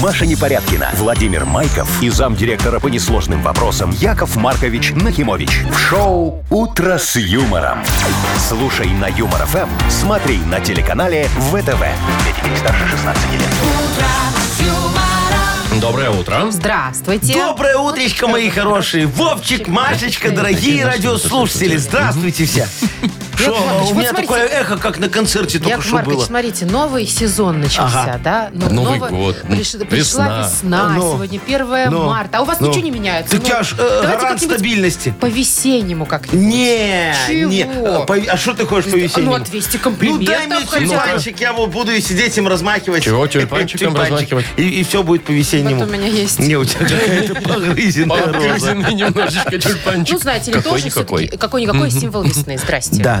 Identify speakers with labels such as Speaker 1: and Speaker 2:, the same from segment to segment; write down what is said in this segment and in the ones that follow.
Speaker 1: Маша Непорядкина, Владимир Майков и замдиректора по несложным вопросам Яков Маркович Нахимович. В шоу «Утро с юмором». Слушай на Юмор ФМ, смотри на телеканале ВТВ. Для детей старше 16 лет.
Speaker 2: Доброе утро.
Speaker 3: Здравствуйте.
Speaker 4: Доброе утречко, мои хорошие. Вовчик, Машечка, дорогие радиослушатели. Здравствуйте все. Шо,
Speaker 3: Маркович,
Speaker 4: у
Speaker 3: вот
Speaker 4: меня
Speaker 3: смотрите.
Speaker 4: такое эхо, как на концерте только
Speaker 3: Яков
Speaker 4: что
Speaker 3: Маркович,
Speaker 4: было.
Speaker 3: смотрите, новый сезон начался,
Speaker 4: Ага.
Speaker 3: да? Но-
Speaker 2: Новый
Speaker 3: ново-
Speaker 2: год,
Speaker 3: приш-
Speaker 2: м,
Speaker 3: Пришла
Speaker 2: весна.
Speaker 3: весна,
Speaker 4: Ну,
Speaker 3: сегодня 1
Speaker 4: ну,
Speaker 3: марта. А у вас
Speaker 4: ну.
Speaker 3: ничего не меняется?
Speaker 4: Так
Speaker 3: Ну,
Speaker 4: я ж, э,
Speaker 3: давайте
Speaker 4: гарант
Speaker 3: как-нибудь
Speaker 4: стабильности.
Speaker 3: По-весеннему как-нибудь.
Speaker 4: Не,
Speaker 3: Чего?
Speaker 4: не. А, по- А что такое, что
Speaker 3: Ну,
Speaker 4: весеннее?
Speaker 3: от 200
Speaker 4: Ну
Speaker 3: комплиментов
Speaker 4: дай мне
Speaker 3: хотя бы.
Speaker 4: тюльпанчик, я вот буду и сидеть им размахивать.
Speaker 2: Чего тюльпанчиком
Speaker 4: Тюльпанчик.
Speaker 2: размахивать?
Speaker 4: И, все будет по-весеннему.
Speaker 3: Вот у меня есть.
Speaker 4: Не, у тебя какая-то погрызенная роза.
Speaker 2: Погрызенный немножечко тюльпанчик.
Speaker 3: Ну, знаете ли, тоже
Speaker 2: Какой-никакой.
Speaker 3: все-таки какой-никакой символ весны. Здрасте.
Speaker 4: Да,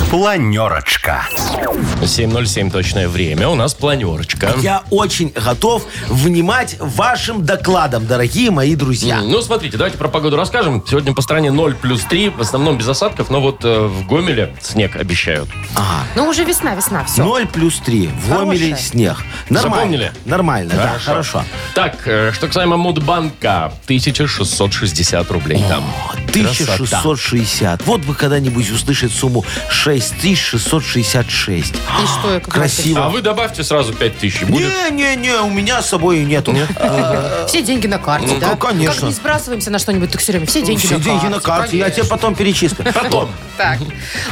Speaker 1: Планерочка.
Speaker 2: 7.07 точное время. У нас планерочка.
Speaker 4: Я очень готов внимать вашим докладам, дорогие мои друзья.
Speaker 2: Ну, смотрите, давайте про погоду расскажем. Сегодня по стране 0 плюс 3, в основном без осадков, но вот э, в Гомеле снег обещают.
Speaker 3: Ну, уже весна, весна, все.
Speaker 4: 0 плюс 3. В Гомеле
Speaker 3: Хорошая.
Speaker 4: снег. Нормально.
Speaker 2: Запомнили?
Speaker 4: Нормально, да, хорошо.
Speaker 2: Так, э, что касаемо Мудбанка, 1660 рублей там.
Speaker 4: 1660. Вот бы когда-нибудь услышать сумму 6666.
Speaker 3: И что, Яков
Speaker 4: Красиво.
Speaker 2: А вы добавьте сразу 5000, будет?
Speaker 4: Не-не-не, у меня с собой и нету. А,
Speaker 3: Маркович? Все деньги на карте, да?
Speaker 4: ну, конечно. Ну,
Speaker 3: Как не сбрасываемся на что-нибудь, так все время все деньги
Speaker 4: Все
Speaker 3: на
Speaker 4: деньги
Speaker 3: карте.
Speaker 4: на карте, я тебе
Speaker 3: конечно.
Speaker 4: потом перечислю.
Speaker 2: Потом.
Speaker 3: Так.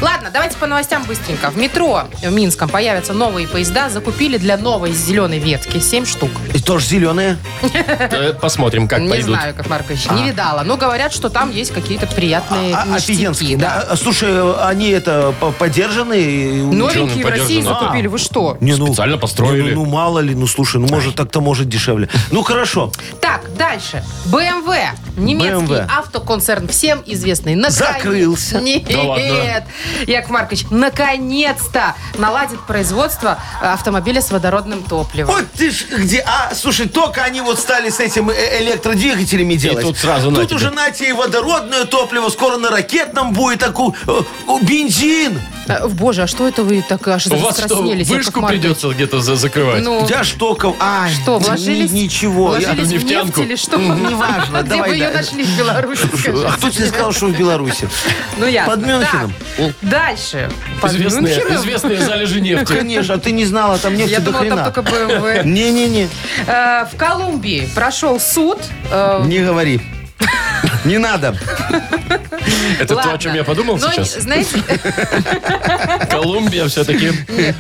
Speaker 3: Ладно, давайте по новостям быстренько. В метро в Минском появятся новые поезда. Закупили для новой зеленой ветки 7 штук.
Speaker 4: И Тоже зеленые.
Speaker 2: Э, Посмотрим, как
Speaker 3: Не
Speaker 2: пойдут.
Speaker 3: знаю, как Маркович, не видала. Но говорят, что там есть какие-то приятные
Speaker 4: А-
Speaker 3: ништяки,
Speaker 4: Офигенские.
Speaker 3: Э, да.
Speaker 4: да. Слушай, э, они это по- подержанные?
Speaker 3: Новенькие в
Speaker 2: подержанные?
Speaker 3: России закупили. Вы что?
Speaker 4: Не, ну,
Speaker 2: Специально построили.
Speaker 4: не, Ну, ну, мало ли, ну слушай, ну может так-то может дешевле. Ну хорошо.
Speaker 3: Так, дальше. BMW. Немецкий
Speaker 4: BMW.
Speaker 3: автоконцерн всем известный. наконец-
Speaker 4: Закрылся.
Speaker 3: Нет.
Speaker 2: Да ладно.
Speaker 3: Яков Маркович, наконец-то наладит производство автомобиля с водородным топливом.
Speaker 4: Вот ты ж где. А, слушай, только они вот стали с этим э- электродвигателями делать.
Speaker 2: тут сразу на
Speaker 4: Тут
Speaker 2: тебе.
Speaker 4: уже на тебе и водородное топливо, скоро на ракетном будет аку, э, э, бензин.
Speaker 3: Э, Боже, а что это вы так аж
Speaker 2: У вас что,
Speaker 3: раскраснелись, Яков
Speaker 2: вышку
Speaker 3: Маркович?
Speaker 2: придется где-то за- закрывать?
Speaker 3: Ну,
Speaker 4: Я ж только... Ай,
Speaker 3: что, вложились?
Speaker 4: а, ни- Ничего. Я- Ну,
Speaker 3: Вложились
Speaker 2: в
Speaker 3: в нефть
Speaker 2: нефтянку.
Speaker 3: или что?
Speaker 4: Неважно,
Speaker 3: Где
Speaker 4: давай
Speaker 3: вы ее
Speaker 4: дальше.
Speaker 3: нашли в Беларуси,
Speaker 4: А
Speaker 3: скажите?
Speaker 4: кто тебе сказал, что в Беларуси?
Speaker 3: Ну, ясно.
Speaker 4: Под Мюнхеном.
Speaker 3: Так, Дальше. Под
Speaker 2: Известные,
Speaker 3: Мюнхеном?
Speaker 2: известные залежи нефти.
Speaker 4: Конечно, а ты не знала, там нефти
Speaker 3: Я
Speaker 4: до
Speaker 3: думала, там
Speaker 4: хрена.
Speaker 3: только БМВ.
Speaker 4: Не-не-не,
Speaker 3: Э, В Колумбии прошел суд. э,
Speaker 4: не говори. Не надо.
Speaker 2: Это то, о
Speaker 3: ладно.
Speaker 2: чем я подумал
Speaker 3: Но,
Speaker 2: сейчас.
Speaker 3: Знаете,
Speaker 2: Колумбия все-таки.
Speaker 3: э,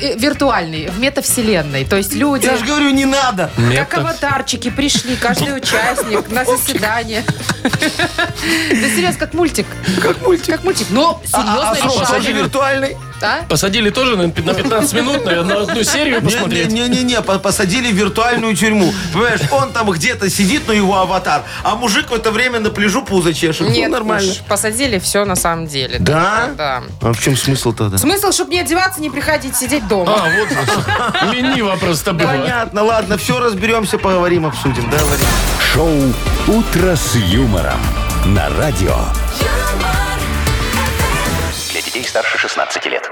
Speaker 3: э, виртуальный, в метавселенной. То есть люди...
Speaker 4: Я же говорю, не надо.
Speaker 3: Как аватарчики пришли, каждый участник на заседание. Да серьезно, как мультик. Как мультик. Как мультик, но серьезно
Speaker 4: А срок тоже
Speaker 3: решали.
Speaker 4: виртуальный?
Speaker 3: А?
Speaker 2: Посадили тоже на пят- на 15 минут, наверное, на одну серию посмотреть.
Speaker 4: Не-не-не, посадили в виртуальную тюрьму. Понимаешь, он там где-то сидит, но его аватар, а мужик в это время на пляжу пузо чешет. Ну,
Speaker 3: Нет,
Speaker 4: нормально.
Speaker 3: уж, посадили все на самом деле.
Speaker 4: Да?
Speaker 3: Да.
Speaker 4: А в чем смысл тогда?
Speaker 3: Смысл, чтобы не одеваться, не приходить сидеть дома.
Speaker 2: А, вот же. Лениво просто было.
Speaker 4: Понятно, ладно, все разберемся, поговорим, обсудим. Да, Варя?
Speaker 1: Шоу «Утро с юмором» на радио. Для детей старше 16 лет.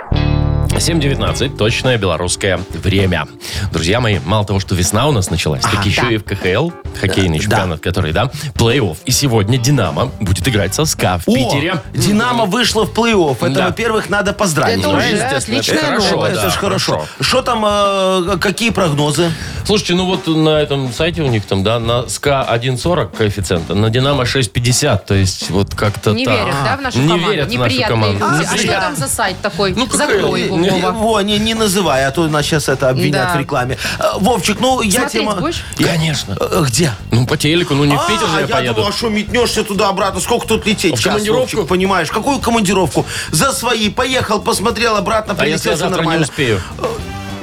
Speaker 2: 7.19, точное белорусское время. Друзья мои, мало того, что весна у нас началась, так еще
Speaker 3: А, да.
Speaker 2: и в КХЛ, хоккейный
Speaker 4: Да.
Speaker 2: чемпионат, который, да, плей-офф. И сегодня «Динамо» будет играть со «СКА» в Питере.
Speaker 4: О, Динамо вышла в плей-офф. Это,
Speaker 2: Да.
Speaker 4: во-первых, надо поздравить.
Speaker 3: Это уже
Speaker 4: правильно? Ну,
Speaker 2: Естественно,
Speaker 3: отличная новость.
Speaker 4: Это
Speaker 2: да,
Speaker 4: ж хорошо. Что там, э, какие прогнозы?
Speaker 2: Слушайте, ну вот на этом сайте у них там, да, на СКА 1.40 коэффициента, на Динамо 6.50, то есть вот как-то
Speaker 3: Не
Speaker 2: так.
Speaker 3: верят, да, в нашу
Speaker 2: не
Speaker 3: команду?
Speaker 2: верят в нашу
Speaker 3: Неприятные
Speaker 2: команду.
Speaker 3: люди. А что
Speaker 2: Неприятные.
Speaker 3: там за сайт такой?
Speaker 2: Ну, какая-
Speaker 3: Закрой его,
Speaker 2: не-
Speaker 3: Вова.
Speaker 4: Во, Э, не, не называй, а то нас сейчас это обвинят
Speaker 3: Да.
Speaker 4: в рекламе. Э, Вовчик, ну я
Speaker 3: Смотреть
Speaker 4: тема...
Speaker 3: будешь?
Speaker 2: Конечно.
Speaker 4: Э, Где?
Speaker 2: Ну, по телеку, ну не в Питер же
Speaker 4: а,
Speaker 2: я поеду.
Speaker 4: думал, а что метнешься туда-обратно? Сколько тут лететь?
Speaker 2: А в
Speaker 4: Час,
Speaker 2: командировку?
Speaker 4: Вовчик, понимаешь? Какую командировку? За свои. Поехал, посмотрел, обратно
Speaker 2: А
Speaker 4: прилетел,
Speaker 2: если я
Speaker 4: все
Speaker 2: завтра не
Speaker 4: нормально.
Speaker 2: успею?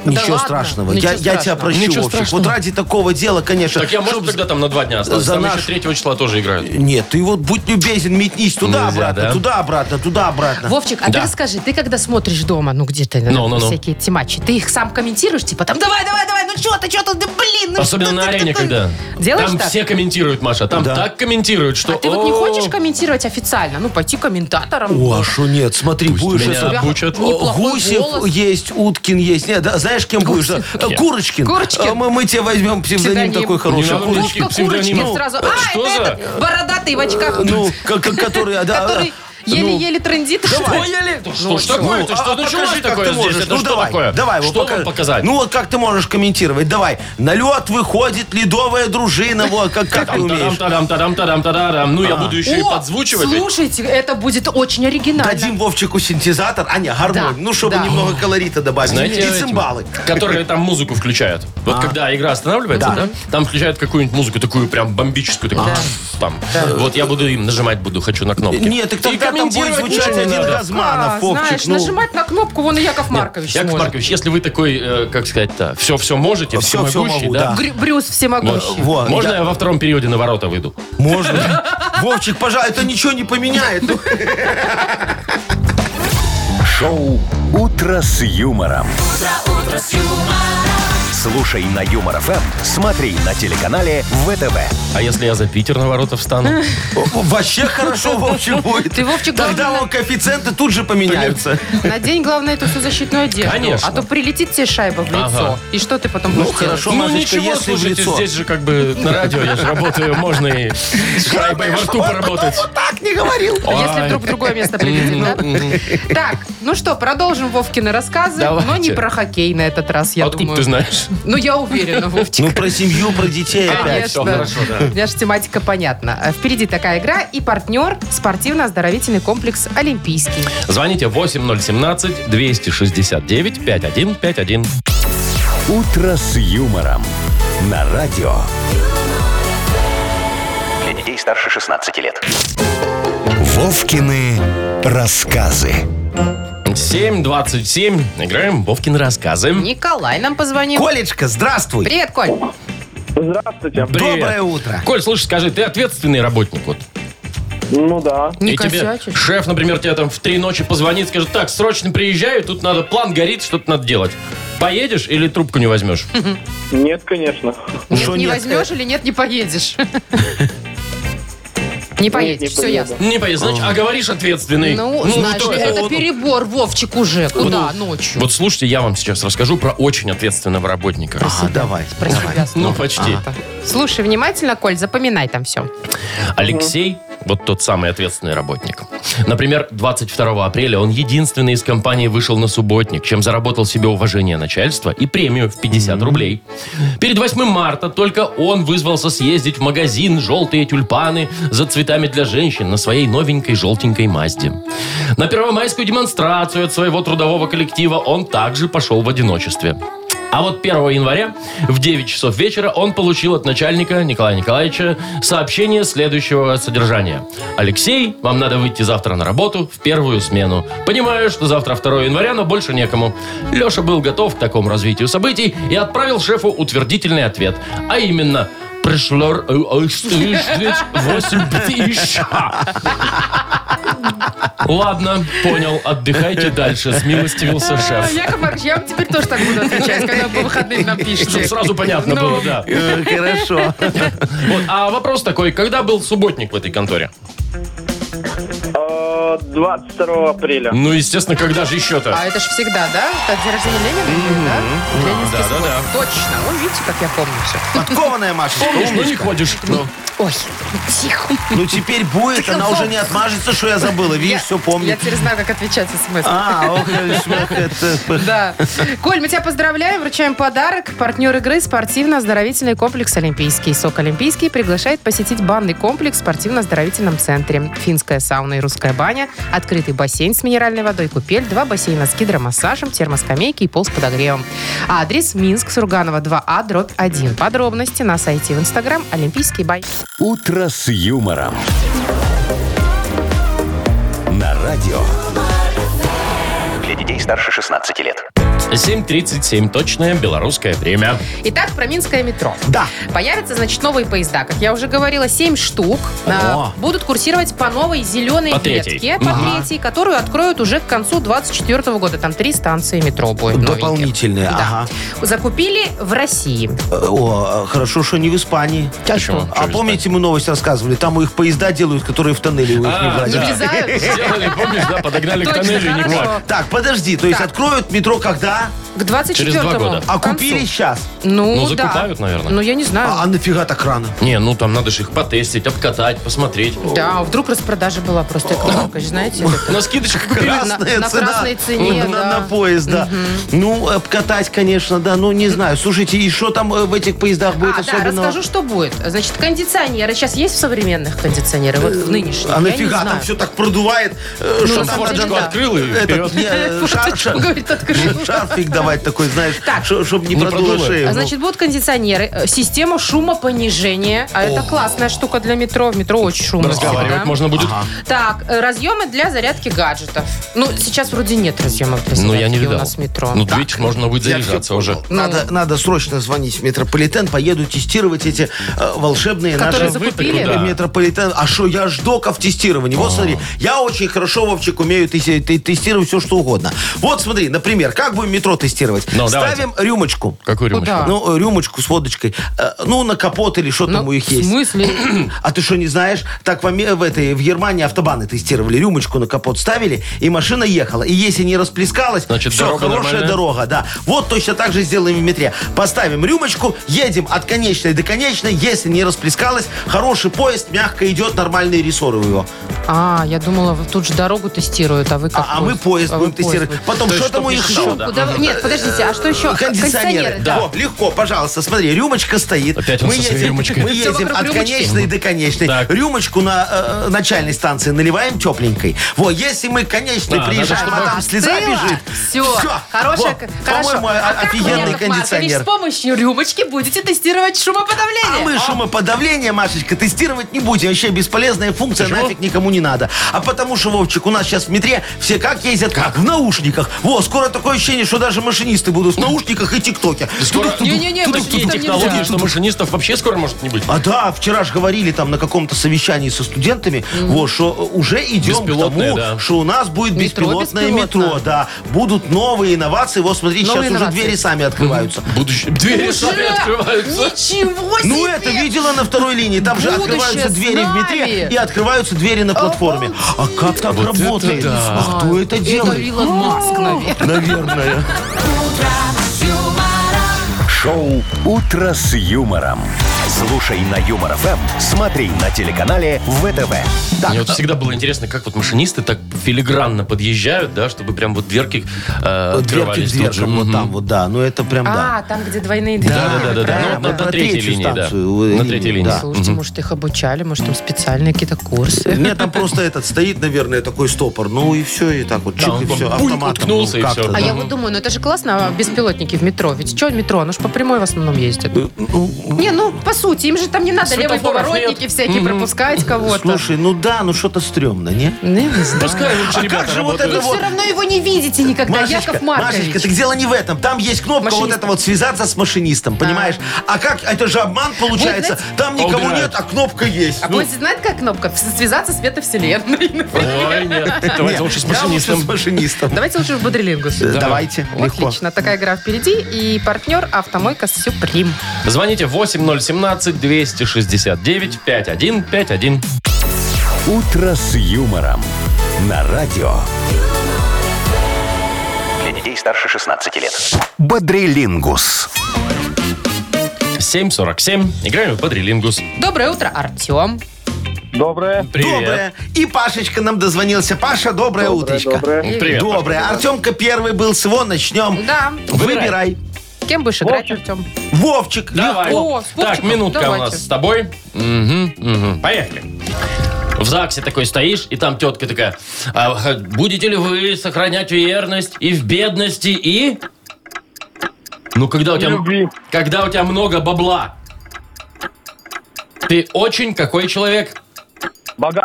Speaker 4: Ничего
Speaker 3: ладно?
Speaker 4: страшного.
Speaker 3: Ничего
Speaker 4: я, я тебя
Speaker 3: страшного.
Speaker 4: прощу,
Speaker 2: Ничего
Speaker 4: Вовчик.
Speaker 2: страшного.
Speaker 4: Вот ради такого дела, конечно.
Speaker 2: Так я, может,
Speaker 4: чтоб-
Speaker 2: тогда там на два дня осталось.
Speaker 4: за
Speaker 2: Там
Speaker 4: наш-
Speaker 2: еще 3 числа тоже играют.
Speaker 4: Нет, ты вот будь любезен, метнись
Speaker 2: Нельзя,
Speaker 4: туда-обратно,
Speaker 2: да?
Speaker 4: туда-обратно, туда-обратно.
Speaker 3: Вовчик, а
Speaker 2: Да.
Speaker 3: ты скажи, ты когда смотришь дома, ну где-то
Speaker 2: Ну, ну, ну.
Speaker 3: всякие эти матчи, ты их сам комментируешь, типа там давай, давай, давай, ну что ты, что ты, да блин, ну
Speaker 2: Особенно
Speaker 3: что
Speaker 2: на
Speaker 3: ты,
Speaker 2: арене,
Speaker 3: ты, ты?»
Speaker 2: когда.
Speaker 3: Делаешь
Speaker 2: Там
Speaker 3: так?
Speaker 2: все комментируют, Маша. Там
Speaker 4: Да.
Speaker 2: так комментируют, что...
Speaker 3: А ты вот не
Speaker 2: «О,
Speaker 3: хочешь комментировать официально? Ну, пойти комментатором.
Speaker 4: О, а шо нет, смотри, будешь...
Speaker 2: меня
Speaker 4: это-
Speaker 3: тебя
Speaker 2: обучат.
Speaker 3: не- неплохой
Speaker 4: Гусев
Speaker 3: голос.
Speaker 4: есть, Уткин есть. Нет, да, знаешь, кем будешь? да? э,
Speaker 2: Кем?
Speaker 4: Курочкин.
Speaker 3: Курочкин.
Speaker 4: А Мы, мы тебе возьмем
Speaker 3: Псевдоним.
Speaker 4: псевдоним такой
Speaker 2: Не
Speaker 4: хороший.
Speaker 2: надо мне
Speaker 4: Курочкин.
Speaker 3: Вовка
Speaker 2: Псевдоним.
Speaker 3: Курочкин
Speaker 2: Ну,
Speaker 3: сразу.
Speaker 2: э,
Speaker 3: А,
Speaker 2: что
Speaker 3: это
Speaker 2: за-
Speaker 3: этот бородатый в очках.
Speaker 4: Ну, к- к- который... а, да,
Speaker 3: который
Speaker 4: ну,
Speaker 3: еле-еле трендит.
Speaker 2: Поняли? Что ж
Speaker 4: Ну,
Speaker 2: такое?
Speaker 4: а-
Speaker 2: Ты что
Speaker 4: а
Speaker 2: началось
Speaker 4: покажи, как
Speaker 2: такое
Speaker 4: ты
Speaker 2: здесь?
Speaker 4: можешь.
Speaker 2: Это
Speaker 4: Ну,
Speaker 2: что
Speaker 4: давай,
Speaker 2: такое?
Speaker 4: Давай, вот
Speaker 2: Что вам
Speaker 4: покажи.
Speaker 2: показать?
Speaker 4: Ну, вот как ты можешь комментировать? Давай. На лед выходит ледовая дружина. Вот, как, как ты
Speaker 2: Там, тадам,
Speaker 4: умеешь?
Speaker 2: тадам, тадам, тадам, тадам. Ну, я буду еще и
Speaker 3: О,
Speaker 2: подзвучивать. ведь.
Speaker 3: Слушайте, это будет очень оригинально.
Speaker 4: Дадим Вовчику синтезатор, а не гармонь.
Speaker 3: Да,
Speaker 4: Ну, чтобы
Speaker 3: да.
Speaker 4: немного колорита добавить.
Speaker 2: Знаете,
Speaker 4: И
Speaker 2: этим,
Speaker 4: цимбалы. А.
Speaker 2: которые там музыку включают. Вот когда игра останавливается,
Speaker 4: Да. А.
Speaker 2: да, там включают какую-нибудь музыку, такую прям бомбическую, такую пф, там. Вот я буду им нажимать буду, хочу на кнопки.
Speaker 4: Нет, так
Speaker 2: И
Speaker 4: тогда там будет
Speaker 2: комментировать
Speaker 4: звучать
Speaker 2: ничего не
Speaker 4: один
Speaker 2: надо.
Speaker 3: А,
Speaker 4: Газманов,
Speaker 3: знаешь,
Speaker 4: Вовчик. ну.
Speaker 3: нажимать на кнопку, вон и Яков Маркович
Speaker 2: Яков
Speaker 3: сможет.
Speaker 2: Маркович, если вы такой, э, как сказать-то, все-все можете,
Speaker 4: Всё, всё
Speaker 2: всемогущий,
Speaker 4: могу,
Speaker 2: да,
Speaker 4: да.
Speaker 3: Грю- Брюс всемогущий.
Speaker 4: Во,
Speaker 2: можно
Speaker 4: я-
Speaker 2: я во втором периоде на ворота выйду?
Speaker 4: Можно. Вовчик, пожалуй, это ничего не поменяет. Ну,
Speaker 1: Шоу «Утро с юмором». Слушай на Юмор ФМ, смотри на телеканале ВТВ.
Speaker 2: А если я за Питер на ворота встану?
Speaker 4: Вообще хорошо, Вовчик будет.
Speaker 3: Ты, Вовчик,
Speaker 4: Тогда
Speaker 3: главное-
Speaker 4: он коэффициенты тут же поменяются.
Speaker 3: Надень, главное, эту всю защитную одежду.
Speaker 2: Конечно.
Speaker 3: А то прилетит тебе шайба в лицо.
Speaker 2: Ага. Ну,
Speaker 3: И что ты потом будешь делать?
Speaker 4: хорошо. Машечка, если в
Speaker 2: слушайте,
Speaker 4: лицо.
Speaker 2: здесь же как бы на радио я же работаю, можно типа, и с шайбой во рту поработать.
Speaker 4: Вот так не говорил.
Speaker 3: А Если
Speaker 2: Ой.
Speaker 3: вдруг в другое место прилетит, да? Так, ну что, продолжим Вовкины рассказы, но не
Speaker 2: Давайте. А
Speaker 3: про хоккей на этот раз, я
Speaker 2: Откуда
Speaker 3: думаю.
Speaker 2: ты знаешь?
Speaker 3: Ну, я уверена, Вовчик.
Speaker 4: Ну, про семью, про детей
Speaker 3: А.
Speaker 4: опять.
Speaker 2: всё, хорошо, да.
Speaker 3: У меня же тематика понятна. А Впереди такая игра и партнер спортивно-оздоровительный комплекс «Олимпийский».
Speaker 2: Звоните 8017-269-5151.
Speaker 1: «Утро с юмором» на радио.
Speaker 5: Для детей старше 16 лет.
Speaker 1: Вовкины рассказы.
Speaker 2: 7.27. Играем в Вовкины рассказы.
Speaker 3: Николай нам позвонил.
Speaker 4: Колечка, здравствуй.
Speaker 3: Привет, Коль.
Speaker 6: Здравствуйте.
Speaker 2: Привет.
Speaker 4: Доброе утро.
Speaker 2: Коль, слушай, скажи, ты ответственный работник вот.
Speaker 6: Ну да.
Speaker 3: Не
Speaker 2: И тебе
Speaker 3: косячишь.
Speaker 2: шеф, например, тебе там в три ночи позвонит, скажет, так, срочно приезжаю, тут надо, план горит, что-то надо делать. Поедешь или трубку не возьмешь?
Speaker 6: Нет, конечно.
Speaker 3: Нет,
Speaker 4: Что
Speaker 3: не
Speaker 4: нет?
Speaker 3: возьмешь или нет, не поедешь. Не поедешь,
Speaker 6: не
Speaker 3: все
Speaker 6: поеду.
Speaker 3: ясно.
Speaker 2: Не поедешь, значит, а говоришь ответственный.
Speaker 3: Ну, знаешь
Speaker 2: что
Speaker 3: ли,
Speaker 2: это?
Speaker 3: это перебор, Вовчик, уже. Куда ночью?
Speaker 2: Вот слушайте, я вам сейчас расскажу про очень ответственного работника.
Speaker 4: А, давай.
Speaker 3: Про
Speaker 4: давай.
Speaker 3: себя
Speaker 2: Ну,
Speaker 3: снова.
Speaker 2: почти.
Speaker 3: Ага. Слушай внимательно, Коль, запоминай там все.
Speaker 2: Алексей, вот тот самый ответственный работник. Например, 22 апреля он единственный из компании вышел на субботник, чем заработал себе уважение начальства и премию в 50 рублей. Перед 8 марта только он вызвался съездить в магазин «Желтые тюльпаны» за цветами для женщин на своей новенькой желтенькой «Мазде». На первомайскую демонстрацию от своего трудового коллектива он также пошел в одиночестве. А вот 1 января в 9 часов вечера он получил от начальника Николая Николаевича сообщение следующего содержания. «Алексей, вам надо выйти завтра на работу в первую смену. Понимаю, что завтра 2 января, но больше некому». Леша был готов к такому развитию событий и отправил шефу утвердительный ответ. А именно, пришло э, э, э, восемь тысяч. Ладно, понял, отдыхайте дальше. Смилостивился шеф.
Speaker 3: А, Яков Маркович, я вам теперь тоже так буду отвечать, когда по выходным
Speaker 2: Чтобы
Speaker 3: напишите.
Speaker 2: сразу понятно
Speaker 3: Ну.
Speaker 2: было, да.
Speaker 4: Э, Хорошо.
Speaker 2: Вот, а вопрос такой, когда был субботник в этой конторе?
Speaker 6: Э, 22 апреля.
Speaker 2: Ну, естественно, когда же еще-то?
Speaker 3: А это ж всегда, да? Так, день рождения Ленина, или, да? Ленинский
Speaker 2: Да, да,
Speaker 3: сбор.
Speaker 2: да.
Speaker 3: Точно. Ой, видите, как я помню все.
Speaker 4: Подкованная Машечка.
Speaker 2: Помнишь, ну не
Speaker 4: умничка.
Speaker 2: ходишь.
Speaker 3: Ой, тихо.
Speaker 4: Ну, теперь будет, она уже не отмажется, что я забыла. Видишь, все
Speaker 3: Я
Speaker 4: помнит.
Speaker 3: теперь знаю, как отвечать смс.
Speaker 4: А, ох, э, смех, это... п-
Speaker 3: Да. Коль, мы тебя поздравляем, вручаем подарок. Партнер игры спортивно-оздоровительный комплекс «Олимпийский». СОК «Олимпийский» приглашает посетить банный комплекс в спортивно-оздоровительном центре. Финская сауна и русская баня, открытый бассейн с минеральной водой, купель, два бассейна с гидромассажем, термоскамейки и пол с подогревом. А Адрес Минск, Сурганова 2А, дробь 1. Подробности на сайте и в Инстаграм «Олимпийский бай».
Speaker 1: «Утро с юмором». На радио.
Speaker 5: Для детей старше 16 лет.
Speaker 2: 7.37, точное белорусское время.
Speaker 3: Итак, про Минское метро.
Speaker 4: Да.
Speaker 3: Появятся, значит, новые поезда. Как я уже говорила, 7 штук.
Speaker 4: О.
Speaker 3: А, будут курсировать по новой зеленой
Speaker 2: По третьей.
Speaker 3: ветке, по
Speaker 4: Ага.
Speaker 3: третьей, которую откроют уже к концу 24 года. Там три станции метро будет
Speaker 4: Дополнительные, ага.
Speaker 3: Закупили в России.
Speaker 4: Э, О, э, хорошо, что не в Испании.
Speaker 2: Почему? Что
Speaker 4: А
Speaker 2: же
Speaker 4: помните, мы новость рассказывали? Там у их поезда делают, которые в тоннеле у них не
Speaker 2: А,
Speaker 4: влазят.
Speaker 3: Не влезают?
Speaker 2: Сделали, помнишь, да, подогнали к
Speaker 3: Точно,
Speaker 2: тоннелю и не
Speaker 3: хорошо.
Speaker 2: влазят.
Speaker 4: Так, подожди, то есть
Speaker 3: Так.
Speaker 4: откроют метро когда?
Speaker 3: К 24
Speaker 2: Через два года.
Speaker 4: А купили сейчас?
Speaker 3: Ну,
Speaker 2: Ну,
Speaker 3: да.
Speaker 2: закупают, наверное.
Speaker 3: Ну, я не знаю.
Speaker 4: А, а нафига так рано?
Speaker 2: Не, ну там надо же их потестить, обкатать, посмотреть.
Speaker 3: Да, а вдруг распродажа была просто экономка, же, знаете?
Speaker 2: На скидочку купили.
Speaker 4: Красная
Speaker 3: на- на
Speaker 4: цена.
Speaker 3: красной цене,
Speaker 4: На-
Speaker 3: да.
Speaker 4: На поезд, да. Ну, обкатать, конечно, да. Ну, не знаю. Слушайте, и что там э, в этих поездах будет
Speaker 3: а, да,
Speaker 4: особенного?
Speaker 3: расскажу, что будет. Значит, кондиционеры. Сейчас есть в современных кондиционеры, вот в нынешних.
Speaker 4: А
Speaker 3: Я не
Speaker 4: нафига там
Speaker 3: знаю.
Speaker 4: все так продувает, э,
Speaker 3: Ну,
Speaker 4: что
Speaker 3: на
Speaker 4: там
Speaker 3: самом
Speaker 4: надо
Speaker 3: деле, да.
Speaker 2: открыл и
Speaker 4: этот,
Speaker 2: вперед.
Speaker 4: не, э, шар-
Speaker 3: Форточку,
Speaker 4: шар-
Speaker 3: говорит, открыл.
Speaker 4: шарфик давать такой, знаешь,
Speaker 3: Так.
Speaker 4: чтобы не
Speaker 2: Не
Speaker 4: продуло
Speaker 2: продуло.
Speaker 4: шею.
Speaker 3: А,
Speaker 4: Ну,
Speaker 3: Значит, будут кондиционеры, э, система шумопонижения. А это классная штука для метро. В метро очень шумно.
Speaker 2: Разговаривать
Speaker 3: всегда.
Speaker 2: можно будет.
Speaker 3: Так, э, разъемы для зарядки гаджетов. Ну, сейчас вроде нет разъемов для зарядки
Speaker 2: Ну, я не
Speaker 3: у
Speaker 2: видал.
Speaker 3: нас в метро.
Speaker 2: Ну, видишь, можно будет
Speaker 4: я всё
Speaker 2: заряжаться
Speaker 4: понял.
Speaker 2: уже.
Speaker 4: Надо, надо срочно звонить в метрополитен, поеду тестировать эти э, волшебные
Speaker 3: Которые
Speaker 4: наши
Speaker 3: закупили?
Speaker 4: э,
Speaker 2: Да.
Speaker 4: метрополитен. А что, я ж доков тестирования. Вот смотри, я очень хорошо, Вовчик, умею тесе- те- тестировать все, что угодно. Вот смотри, например, как будем метро тестировать?
Speaker 2: Ну, давайте.
Speaker 4: Ставим рюмочку.
Speaker 2: Какую рюмочку?
Speaker 3: Куда?
Speaker 4: Ну, э, рюмочку с водочкой. Э, Ну, на капот или что
Speaker 3: Ну,
Speaker 4: там у них
Speaker 3: в
Speaker 4: есть.
Speaker 3: смысле?
Speaker 4: А ты что, не знаешь? Так в, Аме- в этой, в Германии автобаны тестировали. Рюмочку на капот ставили, и машина ехала. И если не расплескалась,
Speaker 2: Значит,
Speaker 4: все,
Speaker 2: дорога
Speaker 4: хорошая
Speaker 2: нормальная?
Speaker 4: дорога. Да. Вот точно так же сделаем в метре. Поставим рюмочку, едем от конечной до конечной. Если не расплескалась, хороший поезд, мягко идет, нормальные рессоры у него.
Speaker 3: А, я думала, вы тут же дорогу тестируют, а вы как?
Speaker 4: А, а
Speaker 3: вот-
Speaker 4: мы поезд
Speaker 3: а вы
Speaker 4: будем тестировать.
Speaker 3: будете.
Speaker 4: Потом,
Speaker 2: То есть,
Speaker 4: что там
Speaker 2: чтоб
Speaker 4: у
Speaker 2: не
Speaker 4: них
Speaker 2: шумело,
Speaker 4: еще?
Speaker 2: да.
Speaker 3: Куда вы- Нет, подождите, а что еще?
Speaker 4: Кондиционеры.
Speaker 3: да.
Speaker 4: Во, легко, пожалуйста. Смотри, рюмочка стоит.
Speaker 2: Опять он
Speaker 4: мы
Speaker 2: со своей
Speaker 4: едем,
Speaker 2: рюмочкой.
Speaker 4: мы
Speaker 3: Всё
Speaker 4: едем
Speaker 3: вокруг
Speaker 4: от
Speaker 3: рюмочки.
Speaker 4: конечной до конечной.
Speaker 2: Так.
Speaker 4: Рюмочку на э, начальной станции наливаем тепленькой. Во, если мы к конечной
Speaker 2: Да,
Speaker 4: приезжаем,
Speaker 2: надо,
Speaker 4: а там слеза бежит.
Speaker 3: Все. Хорошая,
Speaker 4: Во,
Speaker 3: к- хорошо.
Speaker 4: По-моему,
Speaker 3: а как вы,
Speaker 4: офигенный
Speaker 3: Яков Маркович,
Speaker 4: кондиционер.
Speaker 3: с помощью рюмочки будете тестировать
Speaker 4: А
Speaker 3: шумоподавление.
Speaker 4: мы шумоподавление, Машечка, тестировать не будем. Вообще бесполезная функция, нафиг никому не надо. А потому что, Вовчик, у нас сейчас в метре все как ездят? Как? В наушниках. Во, скоро такое ощущение, что даже машинисты будут в наушниках и тиктоке.
Speaker 3: Не-не-не,
Speaker 2: Такие
Speaker 3: машинистам
Speaker 2: технологии,
Speaker 3: нельзя.
Speaker 2: что машинистов вообще скоро может не быть.
Speaker 4: А да, вчера же говорили там на каком-то совещании со студентами, вот, что уже идем к
Speaker 2: Беспилотное,
Speaker 4: тому,
Speaker 2: да.
Speaker 4: что у нас будет
Speaker 3: Метро
Speaker 4: беспилотное
Speaker 3: беспилотное.
Speaker 4: метро, да. Будут новые инновации. Вот, смотри,
Speaker 3: Новые
Speaker 4: сейчас
Speaker 3: инновации.
Speaker 4: уже двери сами открываются.
Speaker 2: Будущее. Двери
Speaker 3: Уже?
Speaker 2: сами открываются.
Speaker 3: Ничего себе!
Speaker 4: Ну, это видела на второй линии. Там же
Speaker 3: Будущее
Speaker 4: открываются
Speaker 3: с
Speaker 4: двери в метре
Speaker 3: нами.
Speaker 4: и открываются двери на платформе. А как так
Speaker 2: Вот это
Speaker 4: работает?
Speaker 2: да.
Speaker 4: А кто это
Speaker 3: Это
Speaker 4: делает?
Speaker 3: Илон Маск, наверное.
Speaker 4: Наверное.
Speaker 1: Шоу «Утро с юмором». Слушай на Юмор ФМ, смотри на телеканале ВТВ.
Speaker 2: Мне вот всегда было интересно, как вот машинисты так филигранно подъезжают, да, чтобы прям вот дверки э,
Speaker 4: Вот Дверки к
Speaker 2: открывались тут же.
Speaker 4: дверкам, вот
Speaker 2: Мгм.
Speaker 4: там вот, да. Ну, это прям, да.
Speaker 3: А, там, где двойные двери.
Speaker 2: Да, да, да, да.
Speaker 4: да,
Speaker 2: Ну, вот на,
Speaker 4: вот
Speaker 2: на
Speaker 4: на
Speaker 2: третьей
Speaker 4: третью
Speaker 2: линии, да.
Speaker 4: станцию, э,
Speaker 2: На третьей
Speaker 4: линии,
Speaker 2: линии.
Speaker 4: да.
Speaker 3: Слушайте, может, их обучали, может, там специальные какие-то курсы.
Speaker 4: Нет, там просто этот стоит, наверное, такой стопор. Ну и все, и так вот,
Speaker 2: Да,
Speaker 4: чик,
Speaker 2: он
Speaker 4: и
Speaker 2: там
Speaker 4: все.
Speaker 2: пульт
Speaker 4: Автоматом.
Speaker 2: уткнулся,
Speaker 4: ну,
Speaker 2: и
Speaker 4: как-то,
Speaker 2: всё.
Speaker 4: да.
Speaker 3: А я вот думаю, ну это же классно, а беспилотники в метро. Ведь что метро? Оно ж по прямой в основном ездит.
Speaker 4: Э,
Speaker 3: Не, ну, по сути, им же там не надо левые
Speaker 2: Светофоров
Speaker 3: поворотники всякие пропускать кого-то.
Speaker 4: Слушай, ну да, ну что-то стрёмно, не?
Speaker 3: Ну, я не знаю.
Speaker 2: Пускай лучше
Speaker 4: А
Speaker 2: ребята
Speaker 4: как же вот
Speaker 2: работают.
Speaker 4: это
Speaker 3: Все
Speaker 4: вот...
Speaker 3: равно его не видите никогда,
Speaker 4: Машечка,
Speaker 3: Яков Маркович.
Speaker 4: Машечка, так дело не в этом. Там есть кнопка вот
Speaker 3: Машинист.
Speaker 4: это вот связаться с машинистом, понимаешь? А как? Это же обман получается.
Speaker 3: Вот,
Speaker 4: Там никого
Speaker 2: убирают.
Speaker 4: нет, а кнопка есть.
Speaker 3: А
Speaker 4: Ну,
Speaker 3: Костя знает, как кнопка? В- Связаться с световселенной. например.
Speaker 2: Ой, нет. Давайте
Speaker 4: нет,
Speaker 2: лучше с
Speaker 4: я лучше с
Speaker 2: машинистом.
Speaker 4: машинистом.
Speaker 3: Давайте лучше в Бодрилингус.
Speaker 4: Э, Давайте, легко.
Speaker 3: Отлично, такая игра впереди. И партнер автомойка Сюприм.
Speaker 2: Звоните 8017-269-5151.
Speaker 1: «Утро с юмором» на радио
Speaker 5: Для детей старше 16 лет.
Speaker 1: «Бодрилингус».
Speaker 2: 747. Играем в Бодрилингус.
Speaker 3: Доброе утро, Артем.
Speaker 6: Доброе.
Speaker 4: Доброе. И Пашечка нам дозвонился. Паша, доброе, утречко.
Speaker 6: Доброе.
Speaker 2: Привет.
Speaker 4: Доброе. Артемка первый был, с его начнем.
Speaker 3: Да.
Speaker 4: Выбирай.
Speaker 3: Кем будешь играть,
Speaker 6: Вовчик.
Speaker 3: Артем?
Speaker 4: Вовчик,
Speaker 2: Давай.
Speaker 3: О, с
Speaker 2: так,
Speaker 3: Вовчиком.
Speaker 2: минутка у
Speaker 3: Давайте.
Speaker 2: нас с тобой. Мгм, мгм. Поехали. В ЗАГСе такой стоишь, и там тетка такая, «А, х- будете ли вы сохранять верность и в бедности, и... Ну, когда у тебя...
Speaker 6: Любви.
Speaker 2: Когда у тебя много бабла. Ты очень какой человек?
Speaker 6: Богатый.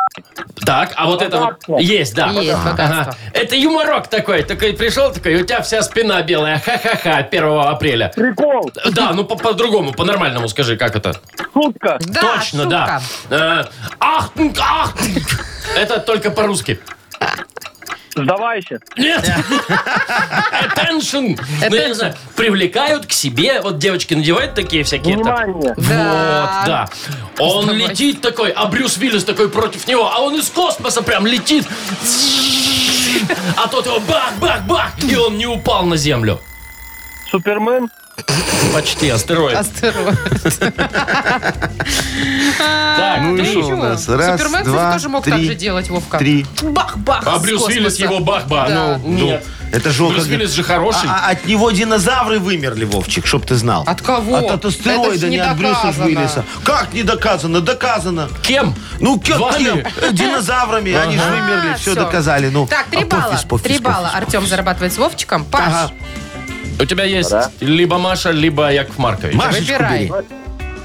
Speaker 2: Так, а вот это вот...
Speaker 6: Богатство.
Speaker 2: Есть, да.
Speaker 3: Есть
Speaker 2: Ага.
Speaker 3: богатство.
Speaker 2: Это юморок такой. Такой пришел, такой, у тебя вся спина белая. Ха-ха-ха, 1 апреля.
Speaker 6: Прикол,
Speaker 2: Да, ну по- по-другому, по-нормальному скажи, как это.
Speaker 6: шутка.
Speaker 3: Да,
Speaker 2: Точно, да.
Speaker 3: шутка.
Speaker 2: Э, Ахтунг, ахтунг. Это только по-русски.
Speaker 6: Сдавайся.
Speaker 2: Нет! Attention! Ну, я не знаю, привлекают к себе, вот девочки надевают такие всякие. там.
Speaker 6: Внимание.
Speaker 2: Вот, да. Он
Speaker 3: Сдавай.
Speaker 2: летит такой, а Брюс Виллис такой против него, а он из космоса прям летит. А тот его бах-бах-бах, и он не упал на землю.
Speaker 6: Супермен.
Speaker 2: Почти астероид.
Speaker 3: Астероид.
Speaker 2: Так,
Speaker 3: Ну
Speaker 2: три.
Speaker 3: и
Speaker 4: что
Speaker 3: чего?
Speaker 4: у нас? Раз,
Speaker 3: Супермен,
Speaker 4: два,
Speaker 3: кстати, тоже мог
Speaker 4: три,
Speaker 3: так же делать, Вовка.
Speaker 4: Три.
Speaker 3: Бах-бах
Speaker 2: А
Speaker 3: с
Speaker 2: Брюс
Speaker 3: космоса.
Speaker 2: Виллис его Ну, бах-бах.
Speaker 3: Да. Ну,
Speaker 2: Нет.
Speaker 4: Это же он
Speaker 2: Брюс
Speaker 4: как-
Speaker 2: Виллис же хороший.
Speaker 4: А- а от него динозавры вымерли, Вовчик, чтоб ты знал.
Speaker 3: От кого?
Speaker 4: От, от
Speaker 3: Это ж
Speaker 4: астероида,
Speaker 3: не
Speaker 4: не от Брюса
Speaker 3: доказано.
Speaker 4: Уиллиса. Как не доказано? Доказано.
Speaker 2: Кем?
Speaker 4: Ну, кё-
Speaker 2: Вами?
Speaker 4: кем? Э, Динозаврами. Они же
Speaker 3: А,
Speaker 4: вымерли, все
Speaker 3: всё.
Speaker 4: доказали. Ну,
Speaker 3: Так, три
Speaker 4: а пофиг,
Speaker 3: балла.
Speaker 4: пофиг,
Speaker 3: Три
Speaker 4: пофиг.
Speaker 3: балла Артем зарабатывает с Вовчиком. Паш,
Speaker 4: Ага.
Speaker 2: У тебя есть либо Маша, либо Яков Маркович.
Speaker 4: Машечку
Speaker 3: выбирай.
Speaker 4: бери.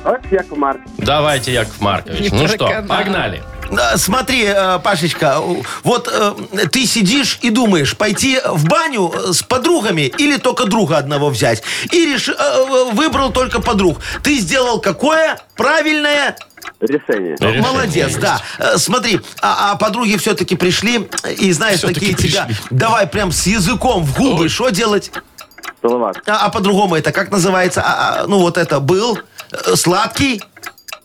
Speaker 6: Вот Яков Марк.
Speaker 2: Давайте, Яков Маркович.
Speaker 3: Не
Speaker 2: Ну что,
Speaker 3: проканал.
Speaker 2: погнали.
Speaker 4: Да, Смотри, э, Пашечка, у- вот э, ты сидишь и думаешь, пойти в баню э, с подругами или только друга одного взять. И реш- э, э, выбрал только подруг. Ты сделал какое правильное
Speaker 6: Решение.
Speaker 2: Решение
Speaker 4: Молодец,
Speaker 2: есть.
Speaker 4: да. Э, Смотри, а, а подруги все-таки пришли, э, и знаешь,
Speaker 2: Всё-таки
Speaker 4: такие тебя,
Speaker 2: пришли.
Speaker 4: давай прям с языком в губы, что делать?
Speaker 6: Целоваться.
Speaker 4: А, а по-другому это как называется? А, а, ну вот это был э, сладкий.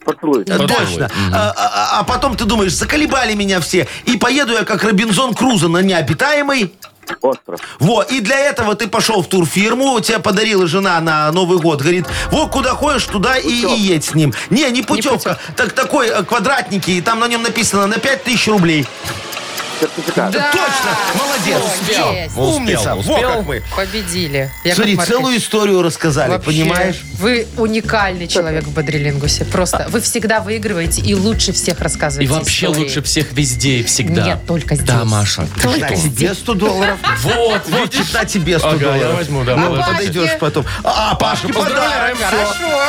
Speaker 6: Поцелуй.
Speaker 4: Э,
Speaker 2: Поцелуй.
Speaker 4: Точно. А, а- а потом ты думаешь, заколебали меня все, и поеду я как Робинзон Крузо на необитаемый.
Speaker 6: Остров.
Speaker 4: Во, и для этого ты пошел в турфирму, тебе подарила жена на Новый год, говорит, вот куда ходишь, туда и, и едь с ним. Не, не путевка, так такой э, квадратненький, и там на нем написано на 5000 рублей.
Speaker 6: Сертификат.
Speaker 3: Да.
Speaker 4: Точно, молодец.
Speaker 2: Успел.
Speaker 3: Есть.
Speaker 2: Успел,
Speaker 4: Умница,
Speaker 2: успел.
Speaker 4: во как мы.
Speaker 3: победили. Яков
Speaker 4: Смотри,
Speaker 3: Маркович.
Speaker 4: целую историю рассказали,
Speaker 3: Вообще,
Speaker 4: понимаешь?
Speaker 3: Вы уникальный человек в Бодрилингусе. Просто вы всегда выигрываете и лучше всех
Speaker 2: А. И
Speaker 3: рассказываете
Speaker 2: вообще
Speaker 3: истории.
Speaker 2: лучше всех везде и всегда.
Speaker 3: Нет, только здесь.
Speaker 2: Да, Маша. ты
Speaker 3: Только
Speaker 2: что?
Speaker 4: На тебе 100 долларов.
Speaker 2: Вот,
Speaker 4: Вот
Speaker 2: видишь?
Speaker 4: на тебе 100
Speaker 2: Ага, я
Speaker 4: долларов.
Speaker 2: возьму, да,
Speaker 4: Ну,
Speaker 2: молодец.
Speaker 4: подойдешь потом. А, Пашка, подарок.
Speaker 3: Хорошо.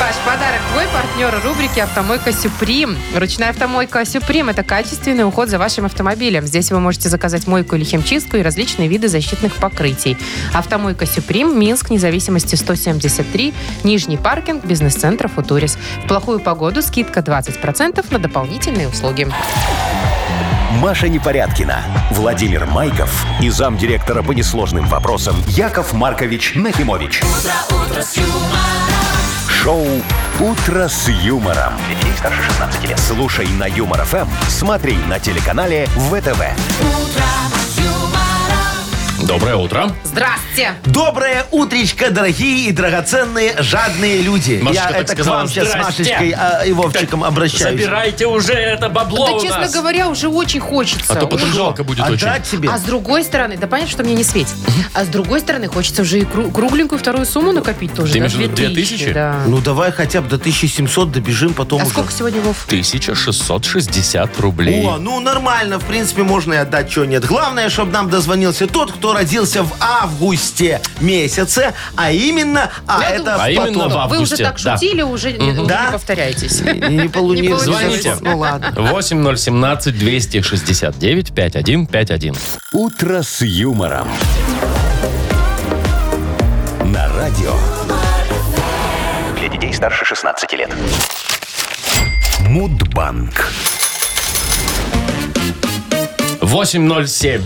Speaker 3: Паш, подарок твой партнер рубрики «Автомойка Сюприм». Ручная автомойка «Сюприм» — это качественный уход за вашим автомобилем. Здесь вы можете заказать мойку или химчистку и различные виды защитных покрытий. Автомойка «Сюприм», Минск, независимости 173, Нижний паркинг, бизнес-центр «Футурис». В плохую погоду скидка 20% на дополнительные услуги.
Speaker 1: Маша Непорядкина, Владимир Майков и замдиректора по несложным вопросам Яков Маркович Нахимович. Шоу Утро с юмором. Для детей старше 16 лет. Слушай на юмор ФМ, смотри на телеканале ВТВ.
Speaker 2: Доброе утро.
Speaker 3: Здравствуйте!
Speaker 4: Доброе утречко, дорогие и драгоценные жадные люди.
Speaker 2: Машечка
Speaker 4: Я
Speaker 2: так
Speaker 4: это к
Speaker 2: сказала,
Speaker 4: вам сейчас с
Speaker 2: «Здрасте».
Speaker 4: Машечкой а, и Вовчиком обращаюсь.
Speaker 2: Забирайте уже это бабло
Speaker 3: Да,
Speaker 2: у
Speaker 3: честно
Speaker 2: нас.
Speaker 3: говоря, уже очень хочется.
Speaker 2: А то потом
Speaker 3: Уже.
Speaker 2: жалко будет
Speaker 4: Отдать тебе?
Speaker 3: А с другой стороны, да понятно, что мне не светит. А с другой стороны, хочется уже и кру- кругленькую вторую сумму накопить тоже. да,
Speaker 2: Ты имеешь в виду 2000?
Speaker 3: Да.
Speaker 4: Ну давай хотя бы до 1700 добежим, потом
Speaker 3: а
Speaker 4: уже.
Speaker 3: сколько сегодня, Вов?
Speaker 2: очень. 1660 рублей.
Speaker 4: О, ну нормально, в принципе, можно и отдать, чего нет. Главное, чтобы нам дозвонился тот, кто родился в августе месяце, а именно, а
Speaker 3: Я
Speaker 4: это
Speaker 3: думала,
Speaker 2: А
Speaker 4: потом.
Speaker 2: именно в
Speaker 3: Вы уже
Speaker 2: августе,
Speaker 3: так
Speaker 2: да.
Speaker 3: шутили, уже не- уже
Speaker 4: Да?
Speaker 3: не повторяйтесь.
Speaker 4: Не полу-
Speaker 3: Не
Speaker 4: не-
Speaker 3: получилось.
Speaker 2: Звоните.
Speaker 4: Ну ладно.
Speaker 2: 8017 269 5151.
Speaker 1: Утро с юмором. На радио
Speaker 5: Для детей старше 16 лет.
Speaker 1: Мудбанк.
Speaker 2: 807.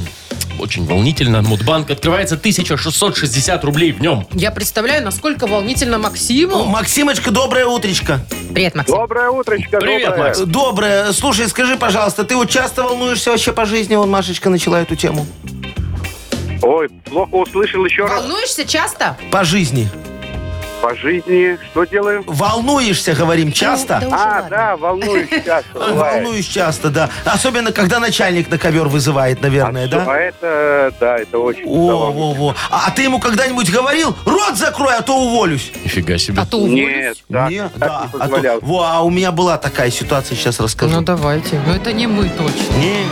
Speaker 2: Очень волнительно. Мудбанк открывается 1660 рублей в нем.
Speaker 3: Я представляю, насколько волнительно
Speaker 4: О,
Speaker 3: Максиму.
Speaker 4: Максимочка, доброе утречко.
Speaker 3: Привет, Максим.
Speaker 6: Доброе утречко.
Speaker 2: Привет,
Speaker 6: доброе.
Speaker 2: Макс.
Speaker 4: Э, Доброе. Слушай, скажи, пожалуйста, ты вот часто волнуешься вообще по жизни? Вон Машечка начала эту тему.
Speaker 6: Ой, плохо услышал еще раз.
Speaker 3: Волнуешься А часто?
Speaker 4: По жизни.
Speaker 6: По жизни что делаем?
Speaker 4: Волнуешься, говорим, часто?
Speaker 3: Ну, да уже
Speaker 6: А,
Speaker 3: ладно.
Speaker 6: да, волнуюсь часто.
Speaker 4: Э,
Speaker 6: бывает.
Speaker 4: Волнуюсь часто, да. Особенно, когда начальник на ковер вызывает, наверное,
Speaker 6: а,
Speaker 4: да?
Speaker 6: что- а это, да, это очень
Speaker 4: О,
Speaker 6: здорово.
Speaker 4: во, во. А, а ты ему когда-нибудь говорил, рот закрой, а то уволюсь?
Speaker 2: Нифига себе.
Speaker 3: А то
Speaker 6: Нет,
Speaker 3: уволюсь.
Speaker 6: да,
Speaker 4: Не?
Speaker 6: так
Speaker 4: да.
Speaker 6: не
Speaker 4: а, то-
Speaker 6: позволял.
Speaker 4: Во, а у меня была такая ситуация, сейчас расскажу.
Speaker 3: Ну давайте. Ну это не мы точно.
Speaker 4: Не.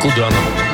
Speaker 2: Куда нам?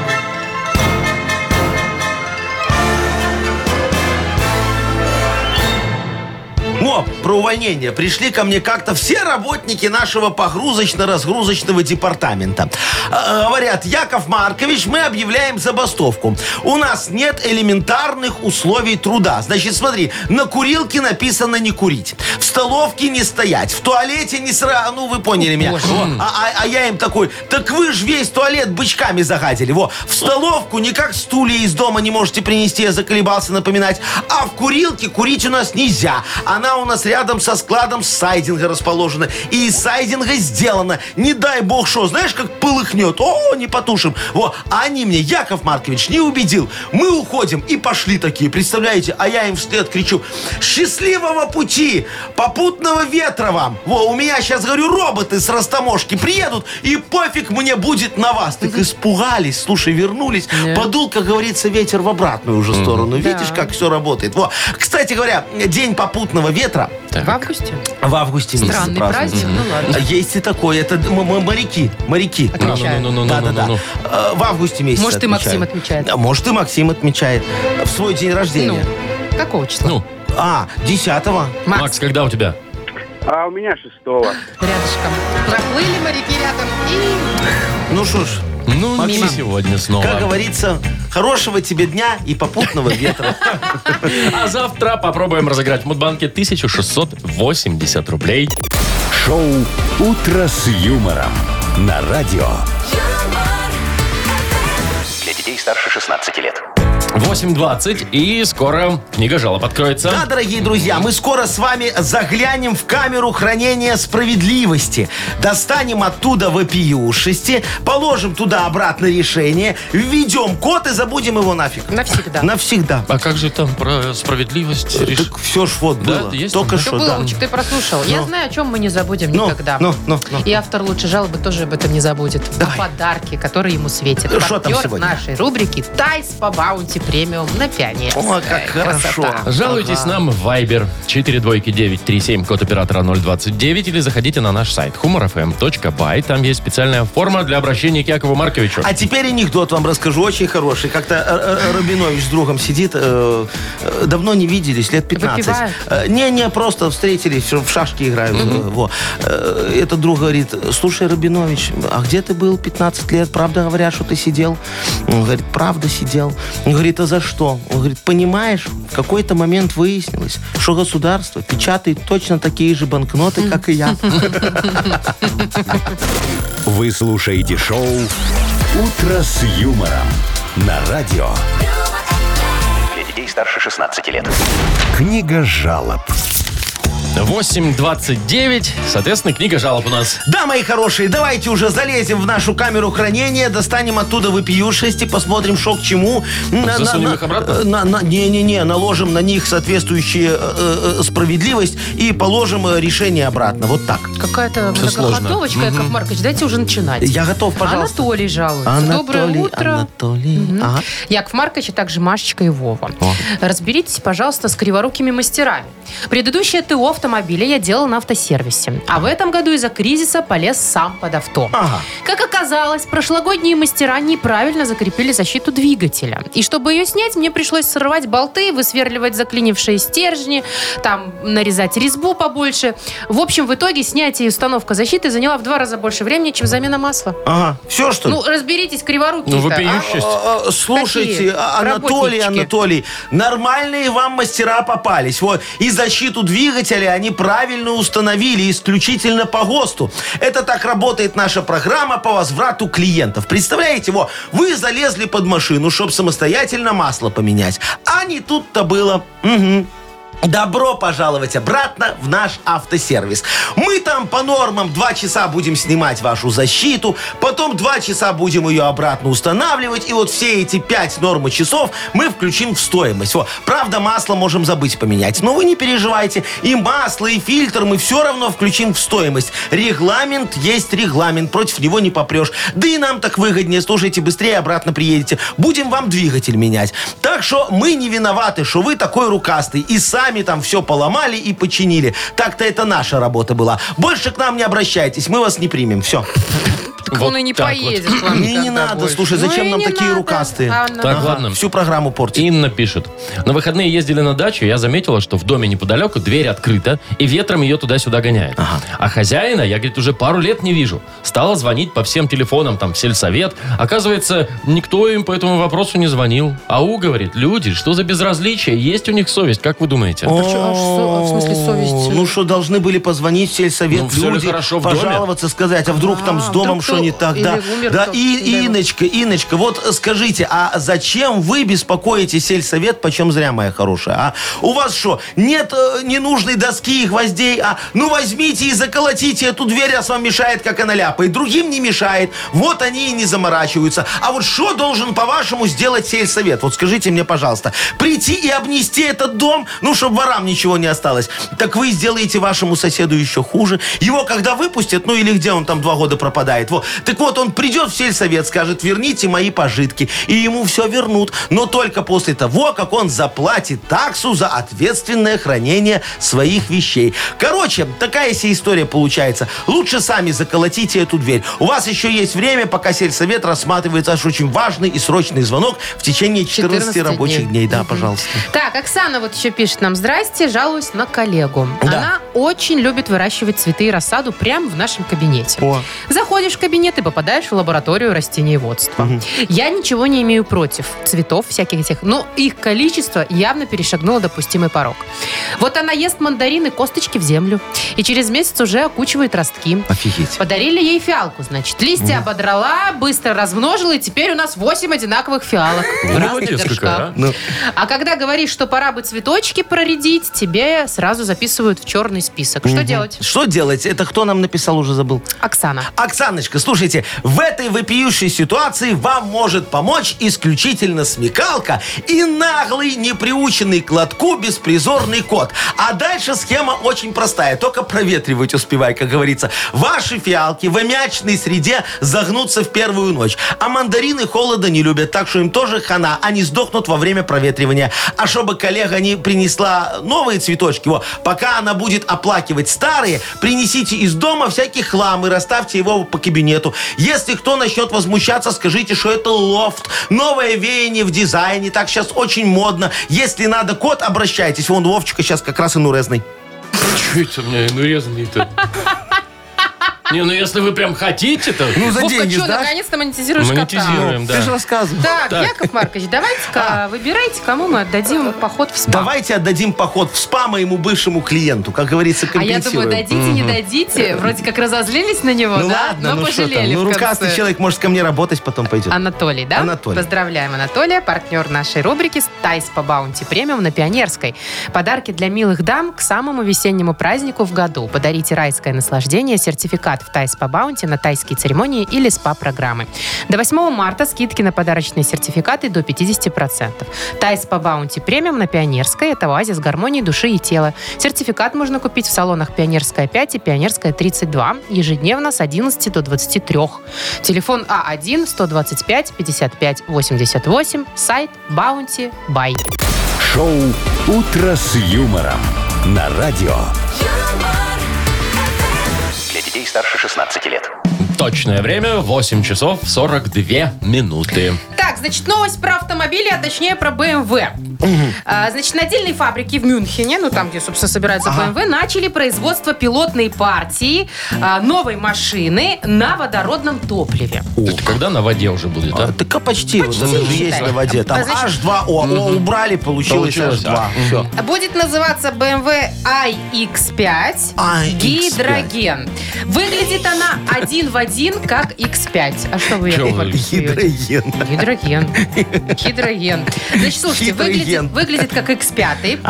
Speaker 4: О, про увольнение. Пришли ко мне как-то все работники нашего погрузочно-разгрузочного департамента. Э, Говорят, Яков Маркович, мы объявляем забастовку. У нас нет элементарных условий труда. Значит, смотри, на курилке написано не курить, в столовке не стоять, в туалете не сразу. Ну, вы поняли меня. Во, А, а- а я им такой, так вы же весь туалет бычками загадили. Во, в столовку никак стулья из дома не можете принести, я заколебался напоминать. А в курилке курить у нас нельзя. Она у нас рядом со складом сайдинга расположена. И из сайдинга сделана. Не дай бог что, знаешь, как полыхнет. О, не потушим. Во, а они мне, Яков Маркович, не убедил. Мы уходим. И пошли такие, представляете? А я им вслед кричу, счастливого пути, попутного ветра вам. Во, у меня сейчас, говорю, роботы с растаможки приедут, и пофиг мне будет на вас. Так испугались, слушай, вернулись. Подул, как говорится, ветер в обратную уже сторону. Видишь,
Speaker 3: Да.
Speaker 4: как все работает. Во. Кстати говоря, день попутного ветра
Speaker 3: В августе?
Speaker 4: в августе месяце
Speaker 3: Странный
Speaker 4: празднуется.
Speaker 3: праздник, ну ладно.
Speaker 4: А Есть и такое. Это м- м- моряки. Моряки.
Speaker 2: Ну,
Speaker 3: Отмечают.
Speaker 4: Да-да-да. Э, В августе месяце
Speaker 3: Может, и Максим отмечает.
Speaker 4: Да, Может, и Максим отмечает. В свой день
Speaker 3: Ну,
Speaker 4: рождения.
Speaker 3: какого числа?
Speaker 2: Ну,
Speaker 4: А, 10
Speaker 3: Макс,
Speaker 2: Макс, когда у тебя?
Speaker 6: А у меня шестого.
Speaker 3: рядышком. Проплыли моряки рядом и...
Speaker 4: Ну что ж,
Speaker 2: Ну,
Speaker 4: Максим.
Speaker 2: не сегодня снова.
Speaker 4: как говорится, хорошего тебе дня и попутного ветра.
Speaker 2: А завтра попробуем разыграть в Мудбанке 1680 рублей.
Speaker 1: Шоу «Утро с юмором» на радио.
Speaker 5: Для детей старше 16 лет.
Speaker 2: 8.20 и скоро книга жалоб откроется.
Speaker 4: Да, дорогие друзья, мы скоро с вами заглянем в камеру хранения справедливости. Достанем оттуда вопиюшести, положим туда обратно решение, введем код и забудем его нафиг.
Speaker 3: Навсегда.
Speaker 4: Навсегда.
Speaker 2: А как же там про справедливость? реш-
Speaker 4: Так все ж вот
Speaker 2: Да,
Speaker 4: было.
Speaker 2: есть
Speaker 4: Только
Speaker 2: там,
Speaker 3: Что
Speaker 4: что,
Speaker 3: было,
Speaker 4: да.
Speaker 3: Вовчик, ты прослушал. Я знаю, о чем мы не забудем
Speaker 4: Ну,
Speaker 3: никогда.
Speaker 4: ну, ну, ну.
Speaker 3: И автор лучшей жалобы тоже об этом не забудет.
Speaker 4: Давай.
Speaker 3: О подарке, который ему светит.
Speaker 4: Ну, что там
Speaker 3: Партнер
Speaker 4: сегодня?
Speaker 3: нашей рубрики «Тайс по баунти премиум» на пиане.
Speaker 4: О, как хорошо.
Speaker 2: Жалуйтесь нам в Viber 42937, код оператора 029, или заходите на наш сайт humorfm.by. Там есть специальная форма для обращения к Якову Марковичу.
Speaker 4: А теперь анекдот вам расскажу, очень хороший. Как-то э, э, Рабинович с другом сидит, э, э, давно не виделись, лет 15.
Speaker 3: Выпивают?
Speaker 4: Э, Не-не, просто встретились, в шашки играют. э, Во. Э, Этот друг говорит, слушай, Рабинович, а где ты был 15 лет? Правда говорят, что ты сидел? Он говорит, правда сидел. Он говорит, а за что? Он говорит, понимаешь, в какой-то момент выяснилось, что государство печатает точно такие же банкноты, как и я.
Speaker 1: Вы слушаете шоу «Утро с юмором» на радио.
Speaker 5: Для детей старше 16 лет.
Speaker 1: Книга жалоб.
Speaker 2: 8.29, соответственно, книга жалоб у нас.
Speaker 4: Да, мои хорошие, давайте уже залезем в нашу камеру хранения, достанем оттуда выпиюшести, посмотрим, что к чему. На-
Speaker 2: Засунем
Speaker 4: на-
Speaker 2: их обратно?
Speaker 4: э, на- на- Не-не-не, наложим на них соответствующую э, справедливость и положим э, решение обратно. Вот так.
Speaker 3: Какая-то
Speaker 2: Всё сложно.
Speaker 3: многоходовочка, Яков Маркович, дайте уже начинать.
Speaker 4: Я готов, пожалуйста.
Speaker 3: Анатолий жалуется. Доброе утро.
Speaker 4: Анатолий.
Speaker 3: Мгм.
Speaker 4: Ага.
Speaker 3: Яков Маркович, а также Машечка и Вова. Разберитесь, пожалуйста, с криворукими мастерами. Предыдущее ТО автомобиля я делал на автосервисе. А в этом году из-за кризиса полез сам под авто.
Speaker 4: Ага.
Speaker 3: Как оказалось, прошлогодние мастера неправильно закрепили защиту двигателя. И чтобы ее снять, мне пришлось срывать болты, высверливать заклинившие стержни, там нарезать резьбу побольше. В общем, в итоге снятие и установка защиты заняла в два раза больше времени, чем замена масла.
Speaker 4: Ага. Все, что ли?
Speaker 3: Ну, разберитесь, криворуки.
Speaker 2: Ну, вопиющесть.
Speaker 4: А, а, Слушайте,
Speaker 3: Какие
Speaker 4: а- Анатолий,
Speaker 3: работнички?
Speaker 4: Анатолий, нормальные вам мастера попались. Вот. И защиту двигателя они правильно установили, исключительно по ГОСТу. Это так работает наша программа по возврату клиентов. Представляете, во, вы залезли под машину, чтобы самостоятельно масло поменять. А не тут-то было. Мгм. Добро пожаловать обратно в наш автосервис. Мы там по нормам 2 часа будем снимать вашу защиту, потом 2 часа будем ее обратно устанавливать, и вот все эти 5 нормы часов мы включим в стоимость. Во. Правда, масло можем забыть поменять, но вы не переживайте. И масло, и фильтр мы все равно включим в стоимость. Регламент есть регламент, против него не попрешь. Да и нам так выгоднее, слушайте, быстрее обратно приедете. Будем вам двигатель менять. Так что мы не виноваты, что вы такой рукастый. И сами там все поломали и починили. Так-то это наша работа была. Больше к нам не обращайтесь, мы вас не примем. Все.
Speaker 3: так
Speaker 2: Вот
Speaker 3: он и не
Speaker 2: так
Speaker 3: поедет к вам
Speaker 4: Мне не
Speaker 3: никогда
Speaker 4: надо,
Speaker 3: больше.
Speaker 4: слушай,
Speaker 3: Ну и
Speaker 4: зачем нам
Speaker 3: не
Speaker 4: такие
Speaker 3: надо.
Speaker 4: рукастые?
Speaker 3: Ладно.
Speaker 2: Так,
Speaker 4: Ага,
Speaker 2: ладно.
Speaker 4: Всю программу портить.
Speaker 2: Инна пишет. На выходные ездили на дачу, я заметила, что в доме неподалеку дверь открыта, и ветром ее туда-сюда гоняет. А хозяина я, говорит, уже пару лет не вижу. Стала звонить по всем телефонам, там, в сельсовет. Оказывается, никто им по этому вопросу не звонил. ау, говорит, люди, что за безразличие? Есть у них совесть, как вы думаете?
Speaker 4: О,
Speaker 3: чё, а что- а в смысле совесть?
Speaker 4: Ну что, должны были позвонить в
Speaker 2: Ну,
Speaker 4: сельсовет
Speaker 2: всё ли
Speaker 4: люди,
Speaker 2: хорошо в доме?
Speaker 4: пожаловаться, сказать, а вдруг
Speaker 3: А,
Speaker 4: там с
Speaker 3: вдруг
Speaker 4: домом что
Speaker 3: кто-
Speaker 4: не так,
Speaker 3: или
Speaker 4: да.
Speaker 3: умер
Speaker 4: Да,
Speaker 3: кто, не дай
Speaker 4: и
Speaker 3: бог.
Speaker 4: Иночка, Иночка, вот скажите, а зачем вы беспокоите сельсовет, почем зря, моя хорошая, а? У вас что, нет э, ненужной доски и гвоздей, а? Ну возьмите и заколотите эту дверь, раз вам мешает, как она ляпает. Другим не мешает, вот они и не заморачиваются. А вот что должен, по-вашему, сделать сельсовет? Вот скажите мне, пожалуйста, прийти и обнести этот дом, ну, чтобы ворам ничего не осталось. Так вы сделаете вашему соседу еще хуже. Его когда выпустят, ну или где он там два года пропадает. Вот. Так вот, он придет в сельсовет, скажет, верните мои пожитки. И ему все вернут. Но только после того, как он заплатит таксу за ответственное хранение своих вещей. Короче, такая себе история получается. Лучше сами заколотите эту дверь. У вас еще есть время, пока сельсовет рассматривает ваш очень важный и срочный звонок в течение 14,
Speaker 3: 14
Speaker 4: рабочих
Speaker 3: дней.
Speaker 4: дней. Да, пожалуйста.
Speaker 3: Так, Оксана вот еще пишет нам. Здрасте, жалуюсь на коллегу.
Speaker 4: Да.
Speaker 3: Она очень любит выращивать цветы и рассаду прямо в нашем кабинете.
Speaker 4: О.
Speaker 3: Заходишь в кабинет и попадаешь в лабораторию растениеводства. Я ничего не имею против цветов всяких этих, но их количество явно перешагнуло допустимый порог. Вот она ест мандарины, косточки в землю. И через месяц уже окучивает
Speaker 2: А
Speaker 3: ростки.
Speaker 4: Офигеть.
Speaker 3: Подарили ей фиалку, значит. Листья ободрала, быстро размножила, и теперь у нас 8 одинаковых фиалок. в разных
Speaker 2: Ну, молодец
Speaker 3: горшках.
Speaker 2: какая, а.
Speaker 4: Ну.
Speaker 3: А когда говоришь, что пора бы цветочки проредить, тебе сразу записывают в черный список. Что делать?
Speaker 4: Что делать? Это кто нам написал, уже забыл.
Speaker 3: Оксана.
Speaker 4: Оксаночка, слушайте, в этой вопиющей ситуации вам может помочь исключительно смекалка и наглый, неприученный к лотку беспризорный кот. А дальше схема очень простая, только проветривать успевай, как говорится. Ваши фиалки в аммиачной среде загнутся в первую ночь, а мандарины холода не любят, так что им тоже хана, а они сдохнут во время проветривания. А чтобы коллега не принесла новые цветочки, во, пока она будет оплакивать старые, принесите из дома всякий хлам и расставьте его по кабинету. Если кто начнет возмущаться, скажите, что это лофт. Новое веяние в дизайне. Так сейчас очень модно. Если надо код, обращайтесь. Вон Вовчика сейчас как раз и нурезный.
Speaker 2: Чё это у меня инурезанный-то? Не, ну если вы прям хотите-то...
Speaker 4: Ну, за
Speaker 3: Вовка,
Speaker 4: деньги
Speaker 3: что,
Speaker 4: сдашь?
Speaker 3: наконец-то монетизируешь кота?
Speaker 2: Монетизируем, да.
Speaker 4: Ты же рассказывал.
Speaker 3: Так, Яков Маркович,
Speaker 4: А.
Speaker 3: давайте-ка выбирайте, кому мы отдадим поход в спа.
Speaker 4: Давайте отдадим поход в спа моему бывшему клиенту. Как говорится,
Speaker 3: А я
Speaker 4: компенсируем.
Speaker 3: думаю, дадите, не дадите. Вроде как разозлились на него,
Speaker 4: Ну
Speaker 3: да?
Speaker 4: ладно,
Speaker 3: но
Speaker 4: ну что там.
Speaker 3: пожалели
Speaker 4: Ну
Speaker 3: в
Speaker 4: рукастый
Speaker 3: конце.
Speaker 4: человек, может, ко мне работать потом пойдет.
Speaker 3: Анатолий, да?
Speaker 4: Анатолий.
Speaker 3: Поздравляем Анатолия, партнер нашей рубрики «Тайс по баунти премиум» на Пионерской. Подарки для милых дам к самому весеннему празднику в году. Подарите райское наслаждение, сертификат в «Тайс по баунти» на тайские церемонии или СПА-программы. До 8 марта скидки на подарочные сертификаты до 50%. «Тайс по баунти премиум» на Пионерской – это оазис гармонии души и тела. Сертификат можно купить в салонах «Пионерская 5» и «Пионерская 32» ежедневно с 11 до 23. Телефон А А1-125-55-88, сайт Баунти Бай.
Speaker 1: Шоу «Утро с юмором» на радио.
Speaker 5: Для детей старше 16 лет.
Speaker 2: Точное время 8 часов 42 минуты.
Speaker 3: Так, значит, новость про автомобили, а точнее про BMW. А, значит, на отдельной фабрике в Мюнхене, ну там, где, собственно, собираются BMW, начали производство пилотной партии а, новой машины на водородном топливе.
Speaker 2: Это когда на воде уже будет, а?
Speaker 4: Так а почти,
Speaker 3: Почти,
Speaker 4: вот даже
Speaker 3: считай.
Speaker 4: есть на воде. Там
Speaker 3: А значит-
Speaker 4: H2O, О, убрали, получилось,
Speaker 2: Получилось,
Speaker 4: H2.
Speaker 2: да.
Speaker 4: Все.
Speaker 3: Будет называться эм BMW iX5
Speaker 4: iX5.
Speaker 3: Гидроген. Выглядит она один в один, как X5. А что вы,
Speaker 2: Чё
Speaker 3: Яков
Speaker 2: вы,
Speaker 3: Маркович, смеетесь?
Speaker 4: Гидроген.
Speaker 3: Гидроген. Гидроген. Значит, слушайте, выглядит,
Speaker 4: Гидроген.
Speaker 3: выглядит как X5.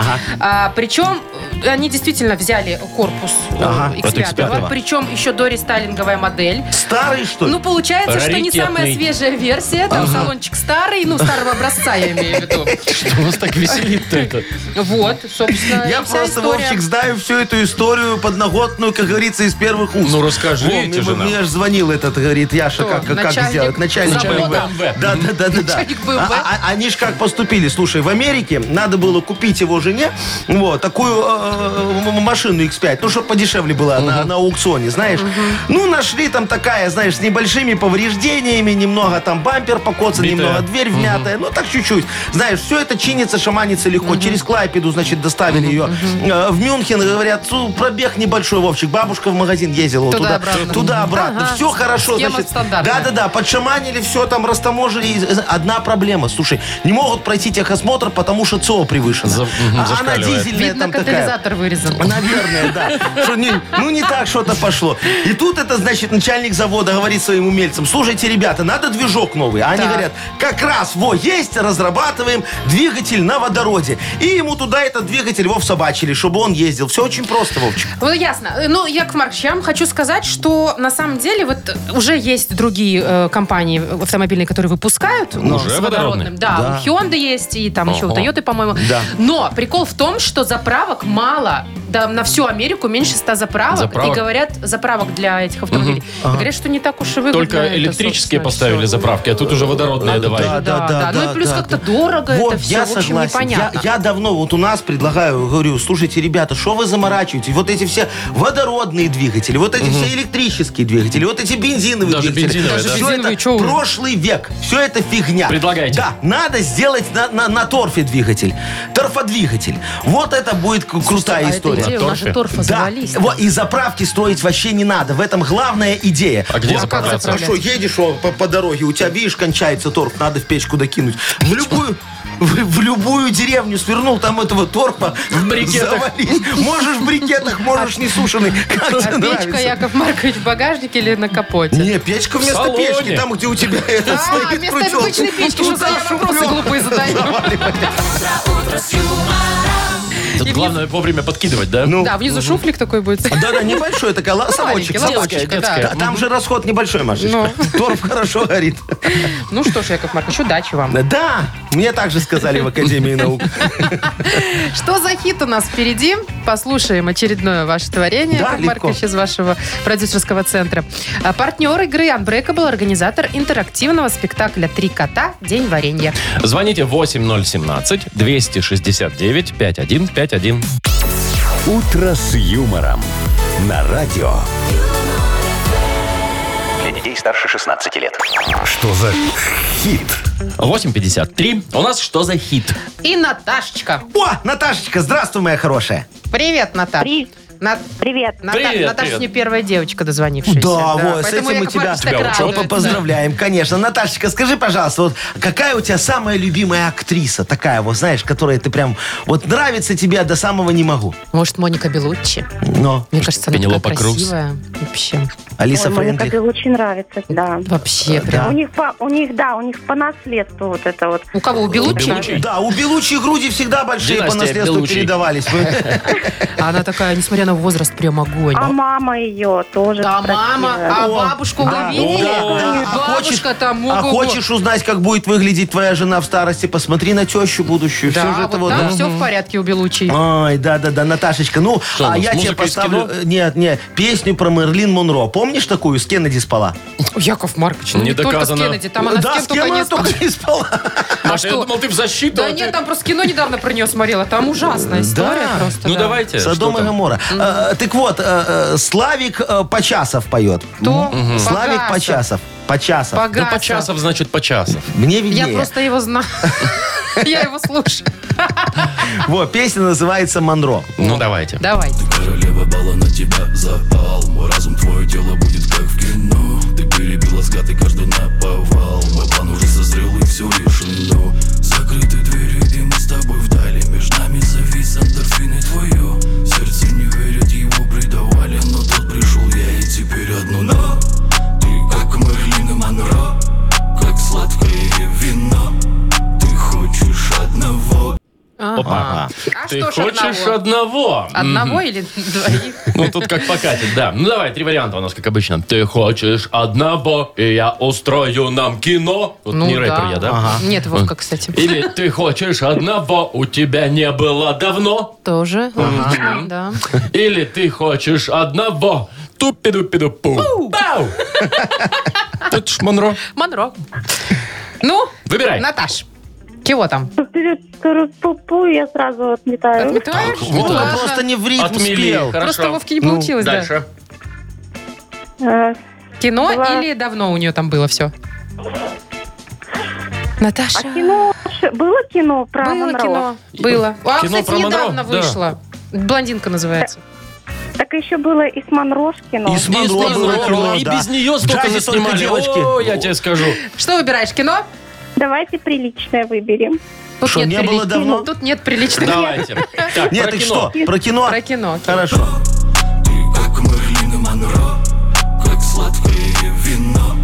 Speaker 3: А, причем э, они действительно взяли корпус э,
Speaker 4: Ага,
Speaker 2: от
Speaker 3: X5.
Speaker 2: X5.
Speaker 3: Причем еще до рестайлинговая модель.
Speaker 4: Старый, что ли?
Speaker 3: Ну, получается, что не
Speaker 2: Раритетный.
Speaker 3: самая свежая версия. Там салончик старый, ну, старого образца, я имею в виду.
Speaker 2: Что вас так веселит-то это?
Speaker 3: Вот, собственно,
Speaker 4: Я
Speaker 3: и э, вся
Speaker 4: просто,
Speaker 3: история.
Speaker 4: Вовчик, знаю всю эту историю подноготную, как говорится, из первых уст.
Speaker 2: Ну, расскажите
Speaker 4: Во, мне-
Speaker 2: же нам.
Speaker 4: Мне же звонил этот, говорит, Яша,
Speaker 3: Кто?
Speaker 4: как, как
Speaker 3: Начальник
Speaker 4: сделать? Начальник
Speaker 3: завода.
Speaker 4: БМВ. Да, да, да,
Speaker 3: начальник БМВ.
Speaker 4: А- а- Они ж как поступили. Слушай, в Америке надо было купить его жене вот такую э, м- машину X5, ну, чтобы подешевле была на, на аукционе, знаешь. Ну, нашли там такая, знаешь, с небольшими повреждениями, немного там бампер покоцан,
Speaker 2: Битая.
Speaker 4: немного дверь вмятая, ну, так чуть-чуть. Знаешь, все это чинится, шаманится легко. Через Клайпеду, значит, доставили ее э, в Мюнхен, говорят, «Ну, пробег небольшой, Вовчик, бабушка в магазин ездила вот туда,
Speaker 3: Туда-обратно.
Speaker 4: туда-обратно.
Speaker 3: Ага.
Speaker 4: Все хорошо.
Speaker 3: Схема
Speaker 4: значит,
Speaker 3: стандартная.
Speaker 4: Да-да-да, да, подшаманили, все там растаможили. И Одна проблема, слушай, не могут пройти техосмотр, потому что ЦО превышено.
Speaker 2: За- мгм,
Speaker 4: А она
Speaker 2: зашкаливает.
Speaker 4: дизельная
Speaker 3: Видно,
Speaker 4: там такая.
Speaker 3: катализатор вырезан.
Speaker 4: Наверное, да. Что не- ну, не так что-то пошло. И тут это, значит, начальник завода говорит своим умельцам, слушайте, ребята, надо движок новый. А они
Speaker 3: Так.
Speaker 4: говорят, как раз, во, есть, разрабатываем двигатель на водороде. И ему туда этот двигатель, во, собачили, чтобы он ездил. Все очень просто, Вовчик.
Speaker 3: Ну, ясно. Ну, Яков Маркович, я вам хочу сказать, что на самом деле вот уже есть другие э, компании автомобильные, которые выпускают ну,
Speaker 2: Уже
Speaker 3: с
Speaker 2: водородные?
Speaker 3: водородным. Да, у Hyundai есть, и там еще у
Speaker 2: Ого.
Speaker 3: Toyota, по-моему.
Speaker 4: Да.
Speaker 3: Но прикол в том, что заправок мало. Да, на всю Америку меньше 100 заправок.
Speaker 2: Заправок?
Speaker 3: И говорят, заправок для этих автомобилей. Говорят, что не так уж и выгодно.
Speaker 2: Только
Speaker 3: это,
Speaker 2: электрические
Speaker 3: собственно, всё.
Speaker 2: поставили заправки, а тут уже водородные давай.
Speaker 3: да. Ну и плюс как-то дорого это всё,
Speaker 4: я
Speaker 3: в общем,
Speaker 4: согласен.
Speaker 3: непонятно.
Speaker 4: Я, я давно вот у нас предлагаю, говорю, слушайте, ребята, что вы заморачиваете? Вот эти все водородные двигатели, вот эти все электрические двигатели, вот эти бензиновые
Speaker 2: Даже
Speaker 4: двигатели.
Speaker 2: бензиновые, Даже да.
Speaker 4: Всё
Speaker 3: бензиновые,
Speaker 4: это
Speaker 3: чё вы?
Speaker 4: прошлый век. Все это фигня.
Speaker 2: Предлагайте.
Speaker 4: Да, надо сделать на, на, на торфе двигатель. Торфодвигатель. Вот это будет к- крутая
Speaker 3: А эта
Speaker 4: история.
Speaker 3: идея, у нас же
Speaker 2: Торфе.
Speaker 3: торфа
Speaker 4: Да,
Speaker 3: завались.
Speaker 4: вот, и заправки строить вообще не надо. В этом главная идея.
Speaker 2: А где
Speaker 4: Вот
Speaker 2: заправляться?
Speaker 4: как Хорошо, едешь о, по, по дороге, у тебя, видишь, кончается торф, надо в печку докинуть. В любую, в, в любую деревню свернул, там этого торфа в
Speaker 2: брикетах.
Speaker 4: Можешь в брикетах, можешь не сушеный. Как тебе
Speaker 3: А печка,
Speaker 4: нравится.
Speaker 3: Яков Маркович, в багажнике или на капоте?
Speaker 4: Не, печка вместо
Speaker 2: салоне.
Speaker 4: печки, там, где у тебя это
Speaker 3: А,
Speaker 4: стоит Ну,
Speaker 3: вместо
Speaker 4: крючок.
Speaker 3: обычной печки, что
Speaker 4: Туда
Speaker 3: за я вопросы
Speaker 4: шуплёк.
Speaker 3: глупые задаю.
Speaker 2: Тут главное вовремя подкидывать, да?
Speaker 4: Ну,
Speaker 3: Да, внизу шуфлик такой будет.
Speaker 4: Да-да, небольшой такая, ла-
Speaker 3: Маленький,
Speaker 4: совочек.
Speaker 3: лоточек,
Speaker 2: Детская,
Speaker 3: да.
Speaker 2: детская.
Speaker 4: Да, Там же расход небольшой, Машечка. Торф хорошо горит.
Speaker 3: Ну что ж, Яков Маркович, удачи вам.
Speaker 4: Да, мне также сказали в Академии наук.
Speaker 3: Что за хит у нас впереди? Послушаем очередное ваше творение,
Speaker 4: Да,
Speaker 3: Яков
Speaker 4: легко.
Speaker 3: Маркович, из вашего продюсерского центра. А Партнер игры Unbreakable, организатор интерактивного спектакля «Три кота. День варенья».
Speaker 2: Звоните 8017-269-5151.
Speaker 1: «Утро с юмором» на радио.
Speaker 5: Для детей старше 16 лет.
Speaker 1: А Что за хит?
Speaker 2: 8.53. У нас что за хит?
Speaker 3: И Наташечка.
Speaker 4: О, Наташечка, здравствуй, моя хорошая.
Speaker 3: Привет, Наташ.
Speaker 7: При-
Speaker 3: Нат-
Speaker 7: Привет.
Speaker 3: Ната-
Speaker 2: Привет,
Speaker 3: Наташа
Speaker 2: привет.
Speaker 3: не первая девочка, дозвонившаяся.
Speaker 4: Да, вот,
Speaker 3: Поэтому
Speaker 4: с этим мы
Speaker 3: Яков
Speaker 4: тебя-
Speaker 3: Маркович так
Speaker 2: тебя учёт.
Speaker 3: радуется.
Speaker 4: П- Поздравляем, конечно. Наташечка, скажи, пожалуйста, вот какая у тебя самая любимая актриса? Такая вот, знаешь, которая ты прям... Вот нравится тебе, а до самого не могу.
Speaker 3: Может, Моника Белуччи?
Speaker 4: Но
Speaker 3: Мне кажется, она
Speaker 2: Пенелопа
Speaker 3: такая
Speaker 2: Круз.
Speaker 3: красивая. Вообще.
Speaker 4: Алиса
Speaker 7: Ой,
Speaker 3: ну,
Speaker 7: Моника
Speaker 4: Френдлих.
Speaker 7: Белуччи нравится, да.
Speaker 3: Вообще прям.
Speaker 7: У них, по, у них, да, у них по наследству вот это вот.
Speaker 3: У кого? У Белуччи?
Speaker 2: Белуччи.
Speaker 4: Да, у Белучи груди всегда большие
Speaker 2: Династия
Speaker 4: по наследству
Speaker 2: Белуччи.
Speaker 4: передавались.
Speaker 3: А она такая, несмотря на возраст, прям огонь.
Speaker 7: А мама ее тоже
Speaker 3: Да, мама, а
Speaker 4: О,
Speaker 3: бабушку
Speaker 4: да,
Speaker 3: вы видели?
Speaker 4: да, да. А
Speaker 3: Бабушка
Speaker 4: хочешь-
Speaker 3: там
Speaker 4: А
Speaker 3: ого-го.
Speaker 4: хочешь узнать, как будет выглядеть твоя жена в старости? Посмотри на тещу будущую.
Speaker 3: Да,
Speaker 4: Все же
Speaker 3: вот
Speaker 4: это вот... ну,
Speaker 3: там
Speaker 4: да.
Speaker 3: все в порядке у Белучи.
Speaker 4: Ой, да-да-да, Наташечка, ну,
Speaker 2: Что у
Speaker 4: а
Speaker 2: нас,
Speaker 4: я тебе
Speaker 2: музыка из
Speaker 4: поставлю...
Speaker 2: кино?
Speaker 4: э, Нет, нет, песню про Мерлин Монро. Помнишь такую? С Кеннеди спала.
Speaker 3: Яков Маркович, ну
Speaker 2: Не
Speaker 3: только
Speaker 2: доказано.
Speaker 3: с Кеннеди, там она
Speaker 4: да,
Speaker 3: с кем только
Speaker 4: она
Speaker 3: не спала.
Speaker 4: только не спала.
Speaker 2: Маша, я
Speaker 3: А что?
Speaker 2: думал, ты в защиту.
Speaker 3: Да
Speaker 2: а
Speaker 3: нет,
Speaker 2: ты-
Speaker 3: там просто кино недавно про нее смотрела. Там ужасная история
Speaker 4: Да.
Speaker 3: просто.
Speaker 2: Ну
Speaker 3: да.
Speaker 2: давайте. что
Speaker 4: Содом и
Speaker 2: там?
Speaker 4: Гамора. Э, Так вот, э, э, Славик э, Почасов поет.
Speaker 3: Кто?
Speaker 4: М. Славик
Speaker 3: Погасов.
Speaker 4: Почасов. Почасов.
Speaker 2: Ну, по
Speaker 3: Погаса.
Speaker 2: часов, значит, по часов.
Speaker 4: Мне
Speaker 3: Я
Speaker 4: виднее.
Speaker 3: просто его знаю. Я его слушаю.
Speaker 4: Во, песня называется «Монро».
Speaker 2: Ну, давайте.
Speaker 3: Давай.
Speaker 8: Королева бала на тебя запал Мой разум, твое тело будет как в кино Ты перебила скаты, каждый наповал Мой план уже созрел и все решено Закрыты двери и мы с тобой вдали Между нами завис эндорфин и твое Сердце не верит, его предавали Но тут пришел я и теперь одно но Ты как Мерлин Монро Как сладкое вино Ты хочешь одного
Speaker 2: Опа.
Speaker 3: А
Speaker 2: Ты
Speaker 3: что ж
Speaker 2: хочешь
Speaker 3: одного?
Speaker 2: одного?
Speaker 3: Одного или двоих?
Speaker 2: Ну, тут как покатит, да. Ну, давай, три варианта у нас, как обычно. Ты хочешь одного, и я устрою нам кино. Вот
Speaker 4: Ну
Speaker 2: не рэпер я, Ну да?
Speaker 3: Нет, Вовка, кстати.
Speaker 2: Или ты хочешь одного, у тебя не было давно.
Speaker 3: Тоже. логично, Да.
Speaker 2: Или ты хочешь одного, тупи дупи пу Тут ж Монро.
Speaker 3: Монро. Ну,
Speaker 2: Выбирай.
Speaker 3: Наташ, чего там?
Speaker 7: Вперед, пу я сразу отметаю.
Speaker 3: Отметаешь?
Speaker 2: Так,
Speaker 3: Ну
Speaker 2: вот
Speaker 4: Он
Speaker 2: ладно.
Speaker 4: просто не в ритм
Speaker 2: Отмели.
Speaker 4: спел.
Speaker 2: Хорошо.
Speaker 3: Просто Вовке не
Speaker 4: Ну,
Speaker 3: получилось, да.
Speaker 2: Дальше.
Speaker 7: Э,
Speaker 3: Кино
Speaker 7: Была.
Speaker 3: или давно у нее там было все? Наташа.
Speaker 7: А кино... ш- Было кино про
Speaker 3: было
Speaker 7: Монро?
Speaker 3: кино. Было. А,
Speaker 2: Кино
Speaker 3: кстати,
Speaker 2: про Монро,
Speaker 3: недавно
Speaker 2: да.
Speaker 3: вышло. Блондинка называется.
Speaker 7: Так еще было и с Монро ж кино.
Speaker 4: И с Монро
Speaker 2: И с
Speaker 4: было
Speaker 2: Монро,
Speaker 4: кино,
Speaker 2: и
Speaker 4: да.
Speaker 2: без нее
Speaker 4: В
Speaker 2: столько
Speaker 4: джазе только
Speaker 2: заснимали.
Speaker 4: девочки.
Speaker 2: О, я тебе скажу.
Speaker 3: Что выбираешь, кино?
Speaker 7: Давайте приличное выберем.
Speaker 3: Тут
Speaker 4: Что, не было давно?
Speaker 3: Тут нет приличных.
Speaker 2: Давайте. Так,
Speaker 4: Нет,
Speaker 2: про
Speaker 4: так
Speaker 2: кино.
Speaker 4: что, про кино?
Speaker 3: Про кино.
Speaker 4: Хорошо.
Speaker 8: Ты как Мерлина Монро, как сладкое вино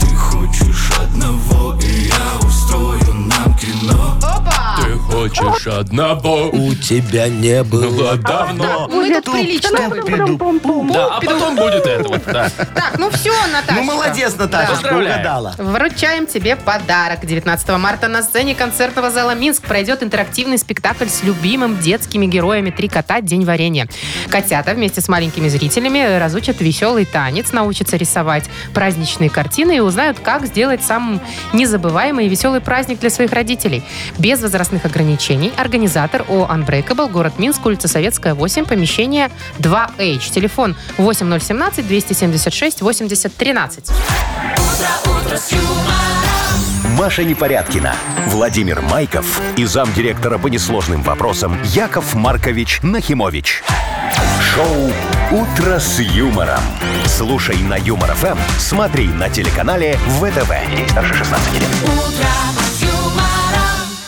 Speaker 8: Ты хочешь одного, и я устрою нам кино
Speaker 2: Ты хочешь одного,
Speaker 4: У тебя не было
Speaker 3: Так,
Speaker 2: Ну, а давно.
Speaker 3: мы тут
Speaker 7: ну,
Speaker 3: приличное выберем.
Speaker 7: Пум-пум-пум.
Speaker 2: Да, а потом будет это вот, да.
Speaker 3: Так, ну все, Наташа.
Speaker 4: Ну, молодец, Наташечка,
Speaker 2: Поздравляем.
Speaker 4: угадала.
Speaker 3: Вручаем тебе подарок. 19 марта на сцене концертного зала «Минск» пройдет интерактивный спектакль с любимым детскими героями «Три кота. День варенья». Котята вместе с маленькими зрителями разучат веселый танец, научатся рисовать праздничные картины и узнают, как сделать самым незабываемый и веселый праздник для своих родителей. Без возрастных ограничений организатор ООО Unbreakable, город Минск, улица Советская, 8, помещение 2H. Телефон 8017 276 80 13.
Speaker 1: Маша Непорядкина, Владимир Майков и замдиректора по несложным вопросам Яков Маркович Нахимович. Шоу «Утро с юмором». Слушай на Юмор ФМ, смотри на телеканале ВТВ. Здесь старше 16 лет.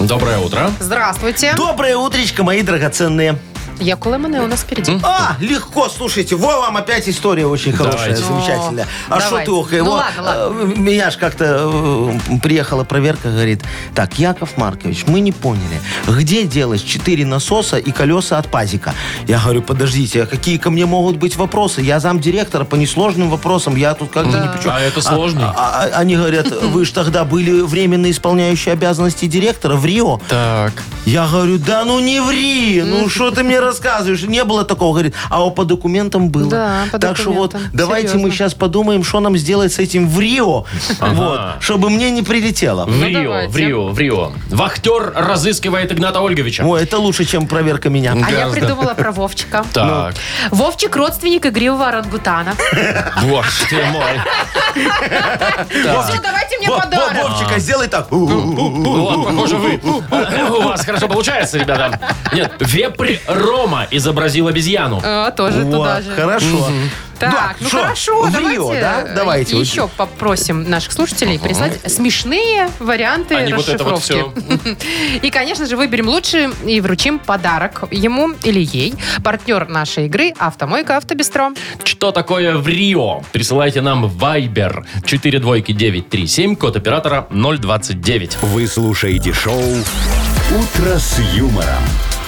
Speaker 2: Доброе утро.
Speaker 3: Здравствуйте.
Speaker 4: Доброе утречко, мои драгоценные.
Speaker 3: Я Кулэмане у нас впереди.
Speaker 4: А, легко, слушайте, во вам опять история очень хорошая,
Speaker 2: Давайте.
Speaker 4: замечательная. А что
Speaker 3: давайте.
Speaker 4: ты, ох,
Speaker 3: Ну,
Speaker 4: его,
Speaker 3: ладно, ладно.
Speaker 4: э, меня ж как-то э, приехала проверка, говорит, так, Яков Маркович, мы не поняли, где делать 4 насоса и колеса от пазика? Я говорю, подождите, а какие ко мне могут быть вопросы? Я замдиректора по несложным вопросам, я тут как-то ни при чём».
Speaker 2: А это сложный.
Speaker 4: А- а- они говорят, вы ж тогда были временно исполняющие обязанности директора в
Speaker 2: а.
Speaker 4: Рио.
Speaker 2: Так.
Speaker 4: Я говорю, да ну не ври, ну что ты мне рассказываешь? Не было такого, говорит, а о, по документам было.
Speaker 3: Да, по
Speaker 4: так что вот
Speaker 3: документам.
Speaker 4: давайте мы
Speaker 3: Серьезно.
Speaker 4: сейчас подумаем, что нам сделать с этим в Рио,
Speaker 2: Ага.
Speaker 4: вот, чтобы мне не прилетело.
Speaker 2: В Рио,
Speaker 3: давайте.
Speaker 2: в Рио, в Рио. Вахтер разыскивает Игната Ольговича.
Speaker 4: Ой, это лучше, чем проверка меня.
Speaker 3: А я
Speaker 2: Гораздо.
Speaker 3: придумала про Вовчика.
Speaker 2: Так.
Speaker 3: Вовчик родственник игривого орангутана.
Speaker 2: Боже ты мой.
Speaker 3: Все, давайте мне
Speaker 4: Во- во,
Speaker 3: подарок.
Speaker 4: Вовчика, сделай так. У-у-у.
Speaker 2: Вот, похоже, вы. У вас хорошо получается, ребята. Нет, вепрь Рома изобразил обезьяну.
Speaker 3: А, Тоже туда
Speaker 4: Вот,
Speaker 3: же.
Speaker 4: Хорошо.
Speaker 3: Так, ну
Speaker 4: шо,
Speaker 3: хорошо,
Speaker 4: в
Speaker 3: давайте,
Speaker 4: Рио, да?
Speaker 3: э,
Speaker 4: Давайте. вот.
Speaker 3: еще попросим наших слушателей прислать смешные варианты
Speaker 2: А не вот это вот
Speaker 3: расшифровки. И, конечно же, выберем лучший и вручим подарок ему или ей. Партнер нашей игры «Автомойка Автобестро».
Speaker 2: Что такое в Рио? Присылайте нам в Viber 42937, код оператора 029.
Speaker 1: Вы слушаете шоу «Утро с юмором»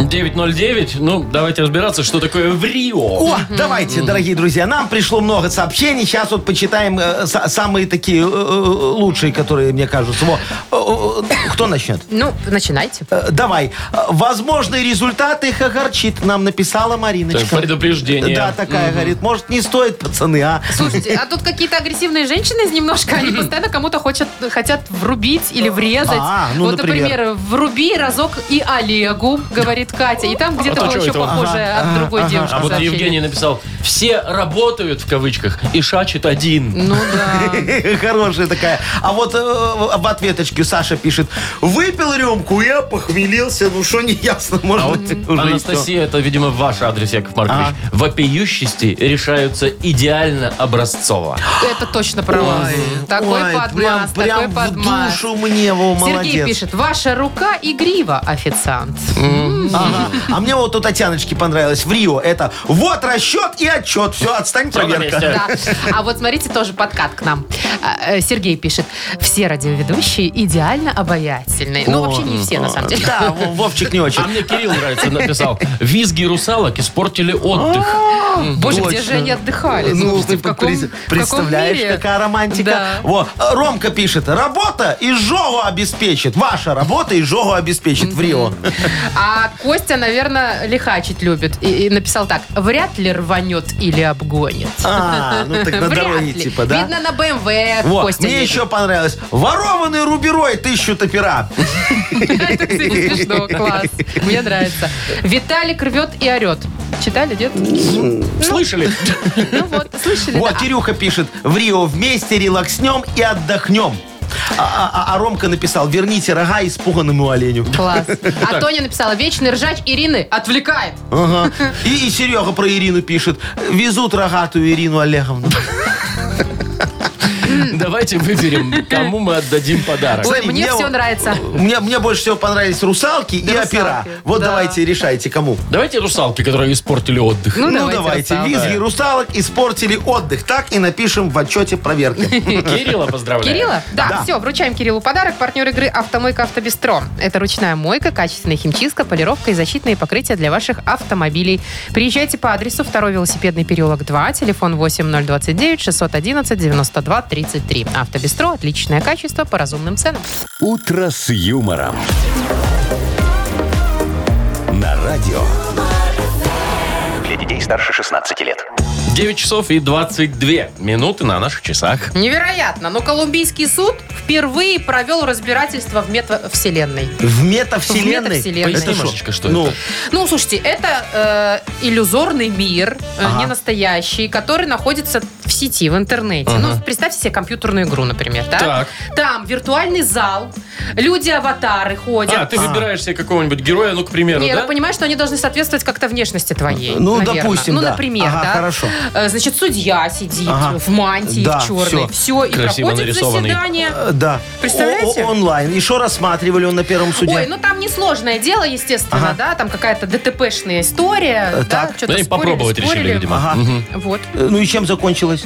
Speaker 2: 909, ну, давайте разбираться, что такое в Рио.
Speaker 4: О, давайте, дорогие друзья, нам пришло много сообщений. Сейчас вот почитаем э, са- самые такие э, э, лучшие, которые мне кажутся. Во, э, э, Кто начнет?
Speaker 3: Ну, начинайте.
Speaker 4: Э, Давай. Э, Возможные результаты их огорчит, нам написала
Speaker 2: Так,
Speaker 4: Мариночка.
Speaker 2: предупреждение.
Speaker 4: Да, такая говорит, может, не стоит, пацаны, а?
Speaker 3: Слушайте, а тут какие-то агрессивные женщины из немножко, они постоянно кому-то хочет, хотят врубить или врезать.
Speaker 4: А, ну,
Speaker 3: вот, например.
Speaker 4: например,
Speaker 3: вруби разок и Олегу, говорит Катя. И там где-то
Speaker 2: А то
Speaker 3: было
Speaker 2: чё
Speaker 3: еще
Speaker 2: это он?
Speaker 3: похожее от другой девушки
Speaker 2: А вот
Speaker 3: сообщение.
Speaker 2: Евгений написал, все работают в кавычках и шачет один.
Speaker 3: Ну да.
Speaker 4: Хорошая такая. А вот э, в ответочке Саша пишет, выпил рюмку, я похмелился, ну что неясно,
Speaker 2: А
Speaker 4: может
Speaker 2: вот
Speaker 4: быть, Ну, уже и всё.
Speaker 2: Анастасия, это, видимо, ваш адрес, Яков Маркович.
Speaker 4: Ага.
Speaker 2: Вопиющести решаются идеально образцово.
Speaker 3: Это точно про вас. Такой
Speaker 4: Ой,
Speaker 3: подмаз,
Speaker 4: прям,
Speaker 3: такой
Speaker 4: прям
Speaker 3: подмаз.
Speaker 4: в душу мне, во, молодец.
Speaker 3: Сергей пишет, ваша рука и грива, официант.
Speaker 4: Ага. А мне вот у Татьяночки понравилось в Рио. Это вот расчет и отчет. Все, отстань,
Speaker 2: Всё на
Speaker 4: проверка.
Speaker 2: месте.
Speaker 3: Да. А вот смотрите, тоже подкат к нам. А, э, Сергей пишет, все радиоведущие идеально обаятельные. Ну, вообще не все, на самом деле.
Speaker 4: а, Да, Вов- Вовчик не очень.
Speaker 2: А мне Кирилл нравится, написал. Визги русалок испортили отдых.
Speaker 4: А.
Speaker 3: Боже, где
Speaker 4: Точно.
Speaker 3: же они отдыхали?
Speaker 4: Ну,
Speaker 3: Слушайте,
Speaker 4: ты
Speaker 3: в каком,
Speaker 4: през-
Speaker 3: в каком
Speaker 4: представляешь,
Speaker 3: мире?
Speaker 4: какая романтика.
Speaker 3: Да.
Speaker 4: Во, а, Ромка пишет, работа и жогу обеспечит. Ваша работа и жогу обеспечит в Рио.
Speaker 3: А Костя, наверное, лихачить любит. И, и написал так. Вряд ли рванет или обгонит.
Speaker 4: А, ну так на
Speaker 3: Вряд
Speaker 4: дороге
Speaker 3: ли.
Speaker 4: типа, да?
Speaker 3: Видно, на БМВ
Speaker 4: Вот,
Speaker 3: Костя
Speaker 4: мне
Speaker 3: едет.
Speaker 4: еще понравилось. Ворованный руберой тысячу топера.
Speaker 3: Это, кстати, смешно, класс. Мне нравится. Виталик рвет и орет. Читали, нет?
Speaker 2: Слышали?
Speaker 3: Ну вот, слышали,
Speaker 4: Вот,
Speaker 3: да?
Speaker 4: Кирюха пишет, в Рио вместе релакснем и отдохнем. А, а- а Ромка написал, верните рога испуганному оленю.
Speaker 3: Класс. А Тоня написала, вечный ржач Ирины отвлекает.
Speaker 4: Ага. И, и Серега про Ирину пишет, везут рогатую Ирину Олеговну.
Speaker 2: Давайте выберем, кому мы отдадим подарок.
Speaker 3: Ой,
Speaker 4: Смотри,
Speaker 3: мне
Speaker 4: мне
Speaker 3: все
Speaker 4: вот-
Speaker 3: нравится.
Speaker 4: Мне, мне больше всего понравились русалки и
Speaker 3: Русалки,
Speaker 4: опера. Вот
Speaker 3: да.
Speaker 4: давайте решайте, кому.
Speaker 2: Давайте русалки, которые испортили отдых.
Speaker 3: Ну,
Speaker 4: Ну,
Speaker 3: давайте,
Speaker 4: давайте.
Speaker 3: русалок.
Speaker 4: Визги русалок испортили отдых. Так и напишем в отчете проверки.
Speaker 2: Кирилла поздравляю.
Speaker 3: Кирилла? Да,
Speaker 4: Да.
Speaker 3: все, вручаем Кириллу подарок. Партнер игры «Автомойка Автобестро». Это ручная мойка, качественная химчистка, полировка и защитные покрытия для ваших автомобилей. Приезжайте по адресу 2 велосипедный переулок 2, телефон 8029-611-92-33. «Автобестро» – отличное качество по разумным ценам.
Speaker 1: «Утро с юмором». На радио.
Speaker 5: Для детей старше 16 лет.
Speaker 2: 9 часов и 22 минуты на наших часах.
Speaker 3: Невероятно, но колумбийский суд впервые провел разбирательство в метавселенной.
Speaker 4: В метавселенной.
Speaker 3: метавселенной.
Speaker 2: Поясни,
Speaker 4: Это что?
Speaker 2: Машечка, что
Speaker 4: Ну,
Speaker 2: это?
Speaker 3: Ну, слушайте, это э, иллюзорный мир, э,
Speaker 4: Ага.
Speaker 3: ненастоящий, который находится в сети, в интернете.
Speaker 2: Ага.
Speaker 3: Ну, представьте себе компьютерную игру, например, да?
Speaker 2: Так.
Speaker 3: Там виртуальный зал, люди-аватары ходят.
Speaker 2: А, ты выбираешь себе какого-нибудь героя, ну, к примеру,
Speaker 3: Не,
Speaker 2: да?
Speaker 3: ну понимаешь, что они должны соответствовать как-то внешности твоей.
Speaker 4: Ну,
Speaker 3: наверно.
Speaker 4: допустим,
Speaker 3: Ну,
Speaker 4: да.
Speaker 3: например,
Speaker 4: Ага,
Speaker 3: да.
Speaker 4: хорошо.
Speaker 3: Э, Значит, судья сидит
Speaker 4: Ага.
Speaker 3: в мантии,
Speaker 4: Да,
Speaker 3: в черной.
Speaker 4: всё.
Speaker 3: Все, и
Speaker 2: Красиво
Speaker 3: проходит
Speaker 2: нарисованный.
Speaker 3: заседание.
Speaker 4: э, Да.
Speaker 3: Представляете?
Speaker 4: О- о- Онлайн. Еще рассматривали он на первом суде.
Speaker 3: Ой, ну там несложное дело, естественно,
Speaker 4: Ага.
Speaker 3: да, там какая-то ДТПшная история,
Speaker 4: Э,
Speaker 3: да,
Speaker 4: так.
Speaker 3: что-то
Speaker 2: Ну, и
Speaker 3: спорили,
Speaker 2: попробовать решили,
Speaker 3: спорили.
Speaker 2: видимо.
Speaker 4: Ага.
Speaker 2: Мгм.
Speaker 3: Вот.
Speaker 4: Э, Ну и чем закончилось?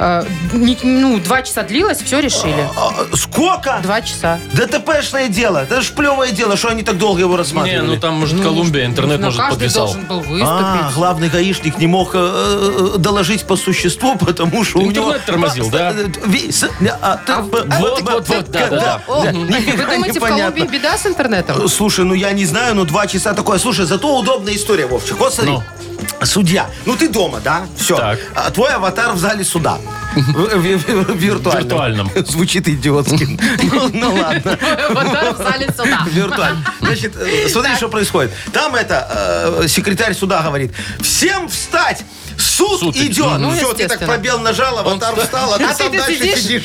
Speaker 3: Э, не- ну, два часа длилось, все решили.
Speaker 4: А, э, Сколько?
Speaker 3: Два часа.
Speaker 4: ДТПшное дело. Это ж плевое дело, что они так долго его
Speaker 2: Не,
Speaker 4: рассматривали.
Speaker 2: ну там, может, Колумбия, интернет,
Speaker 3: Но
Speaker 2: может,
Speaker 3: ну, каждый
Speaker 2: подвисал.
Speaker 3: должен был выступить.
Speaker 4: А, главный гаишник не мог э, э, э, доложить по существу, потому что у него...
Speaker 2: Интернет тормозил, да?
Speaker 4: Ви- с- а, ты-
Speaker 3: А,
Speaker 4: б-
Speaker 2: вот,
Speaker 4: б-
Speaker 2: вот,
Speaker 4: б-
Speaker 2: вот, да,
Speaker 4: да,
Speaker 2: да,
Speaker 3: О,
Speaker 4: да.
Speaker 3: Вы
Speaker 4: Нифига
Speaker 3: думаете, в Колумбии
Speaker 4: непонятно.
Speaker 3: беда с интернетом?
Speaker 4: Слушай, ну я не знаю, но два часа такое. Слушай, зато удобная история, Вовчик. Вот смотри. Судья. Ну ты дома, да? Все.
Speaker 2: Ну. Так.
Speaker 4: А твой аватар в зале суда. В- в- в- Виртуальном.
Speaker 2: Виртуальном.
Speaker 4: Звучит идиотски. Ну ну ладно.
Speaker 3: Вода в зале суда.
Speaker 4: Виртуально. Значит, э, смотри, что происходит. Там это э, секретарь суда говорит: всем встать! Суд,
Speaker 2: Суд идет.
Speaker 4: идет!
Speaker 3: Ну,
Speaker 4: Все, ты так
Speaker 3: естественно.
Speaker 4: пробел нажал, аватар встал, а ты
Speaker 3: А
Speaker 4: сам
Speaker 3: ты
Speaker 4: дальше
Speaker 3: сидишь?
Speaker 4: сидишь.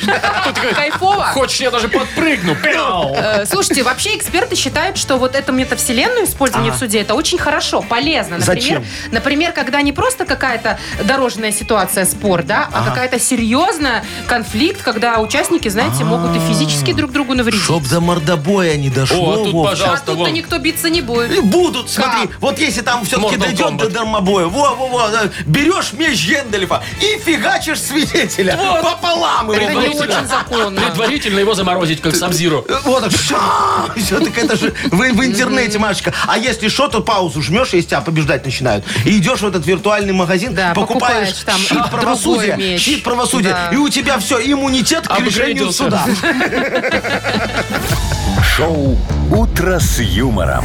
Speaker 3: Кайфово.
Speaker 2: Хочешь, я даже подпрыгну. Пяу.
Speaker 3: Э, Слушайте, вообще эксперты считают, что вот эту метавселенную использование в суде это очень хорошо, полезно. Например,
Speaker 4: А. Зачем?
Speaker 3: например, когда не просто какая-то дорожная ситуация, спор, да, а какая-то серьезная конфликт, когда участники,
Speaker 4: А.
Speaker 3: знаете, могут и физически друг другу навредить.
Speaker 4: Чтоб до мордобоя не дошло.
Speaker 2: О, а тут,
Speaker 4: Вовчик.
Speaker 3: А
Speaker 2: пожалуйста,
Speaker 3: тут-то
Speaker 2: вон.
Speaker 3: никто биться не будет.
Speaker 4: И Будут, смотри,
Speaker 3: Как?
Speaker 4: вот если там все-таки
Speaker 2: Mortal
Speaker 4: дойдем
Speaker 2: Kombat.
Speaker 4: до дармобоя, во-во-во, да, берешь э, меч Гендальфа и фигачишь свидетеля пополам
Speaker 3: Это
Speaker 4: его.
Speaker 3: не
Speaker 2: Предварительно.
Speaker 3: очень законно.
Speaker 2: Предварительно его заморозить, как Сабзиру.
Speaker 4: Э, Вот так, все, так это же в, в интернете, Машечка. А если что, то паузу жмешь, если тебя побеждать начинают. И идешь в этот виртуальный магазин,
Speaker 3: Да,
Speaker 4: покупаешь,
Speaker 3: покупаешь там,
Speaker 4: щит
Speaker 3: а,
Speaker 4: правосудия,
Speaker 3: другой меч.
Speaker 4: щит правосудия,
Speaker 3: Да. А
Speaker 4: и у тебя все, иммунитет к решению
Speaker 2: Апгрейдился.
Speaker 4: суда.
Speaker 1: Шоу «Утро с юмором».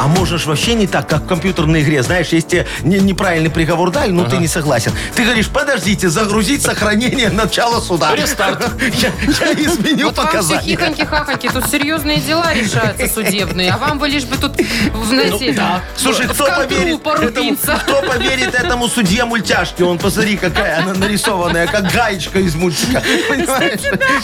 Speaker 4: А можешь вообще не так, как в компьютерной игре. Знаешь, если тебе не- неправильный приговор дали, ну ты не согласен. Ты говоришь, подождите, загрузить сохранение начала суда.
Speaker 2: Рестарт.
Speaker 4: Я, я изменю
Speaker 3: Вот вам все
Speaker 4: показания.
Speaker 3: хихоньки-хахоньки, тут серьезные дела решаются судебные, а вам вы лишь бы тут, в- знаете,
Speaker 2: да.
Speaker 4: Ну, Слушай,
Speaker 3: Ну, в
Speaker 4: кто
Speaker 3: контру
Speaker 4: поверит, этому,
Speaker 3: порубиться.
Speaker 4: кто поверит этому судье мультяшки? Он, посмотри, какая она нарисованная, как гаечка из мультика. Понимаешь?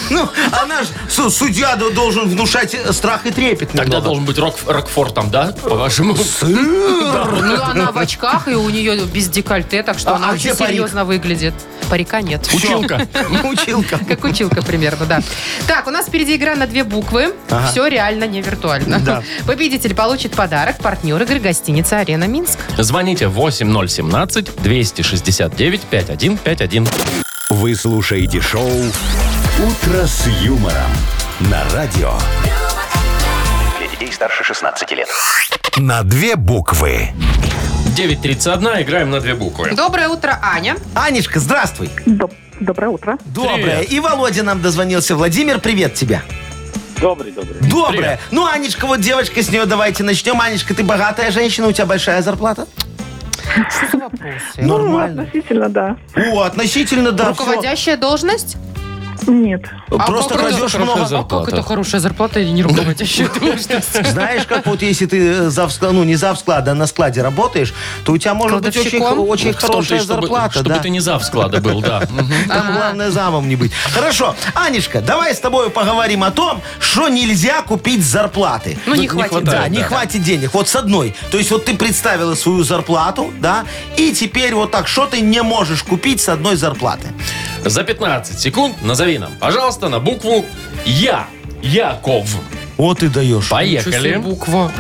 Speaker 4: Ну, она же, судья д- должен внушать э, страх и трепет
Speaker 2: Тогда
Speaker 4: немного.
Speaker 2: должен быть Рок, Рокфор там, да? По-вашему.
Speaker 3: Ну, она в очках, и у нее без декольте, так что
Speaker 4: А-
Speaker 3: она
Speaker 4: а
Speaker 3: очень
Speaker 4: где парик?
Speaker 3: серьезно выглядит. Парика нет.
Speaker 2: Училка.
Speaker 4: Училка.
Speaker 3: Как училка примерно, да. Так, у нас впереди игра на две буквы. Все реально, не виртуально.
Speaker 4: Да.
Speaker 3: Победитель получит подарок. Партнер игры гостиница «Арена Минск».
Speaker 2: Звоните 8017-269-5151.
Speaker 1: Вы слушаете шоу «Утро с юмором» на радио.
Speaker 5: Для детей старше 16 лет.
Speaker 1: На две буквы.
Speaker 2: 9.31, играем на две буквы.
Speaker 3: Доброе утро, Аня.
Speaker 4: Анечка, здравствуй.
Speaker 7: Доб- Доброе утро.
Speaker 4: Доброе.
Speaker 2: Привет.
Speaker 4: И Володя нам дозвонился. Владимир, привет тебе.
Speaker 6: Добрый, добрый.
Speaker 4: Доброе.
Speaker 2: Привет.
Speaker 4: Ну, Анечка, вот девочка, с нее давайте начнем. Анечка, ты богатая женщина, у тебя большая зарплата?
Speaker 3: Что за вопросы? Ну,
Speaker 4: Нормально.
Speaker 7: Относительно, да.
Speaker 4: О, относительно, да. всё.
Speaker 3: Руководящая должность?
Speaker 7: Нет.
Speaker 3: А
Speaker 4: Просто
Speaker 3: как
Speaker 4: крадешь
Speaker 2: хорошо
Speaker 4: много.
Speaker 2: за-
Speaker 3: А
Speaker 2: Зарплата.
Speaker 3: как это хорошая зарплата и не руководящая должность?
Speaker 4: Знаешь, как вот если ты за ну не за склад, а на складе работаешь, то у тебя может быть очень,
Speaker 3: Кладовщиком?
Speaker 4: очень
Speaker 2: В том-то и
Speaker 4: хорошая
Speaker 2: чтобы-
Speaker 4: зарплата,
Speaker 2: Чтобы
Speaker 4: да.
Speaker 2: ты не зав склада был, да. Мгм.
Speaker 4: Там главное замом не быть. Хорошо, Анечка, давай с тобой поговорим о том, что нельзя купить с зарплаты.
Speaker 3: Ну, не
Speaker 2: не
Speaker 3: хватит.
Speaker 2: хватает.
Speaker 4: Да,
Speaker 2: да,
Speaker 4: не
Speaker 2: да.
Speaker 4: хватит денег. Вот с одной. То есть вот ты представила свою зарплату, да, и теперь вот так, что ты не можешь купить с одной зарплаты.
Speaker 2: За 15 секунд назови нам, пожалуйста, на букву Я. Яков.
Speaker 4: О, ты даешь.
Speaker 3: Ничего себе
Speaker 2: Поехали.
Speaker 3: Буква.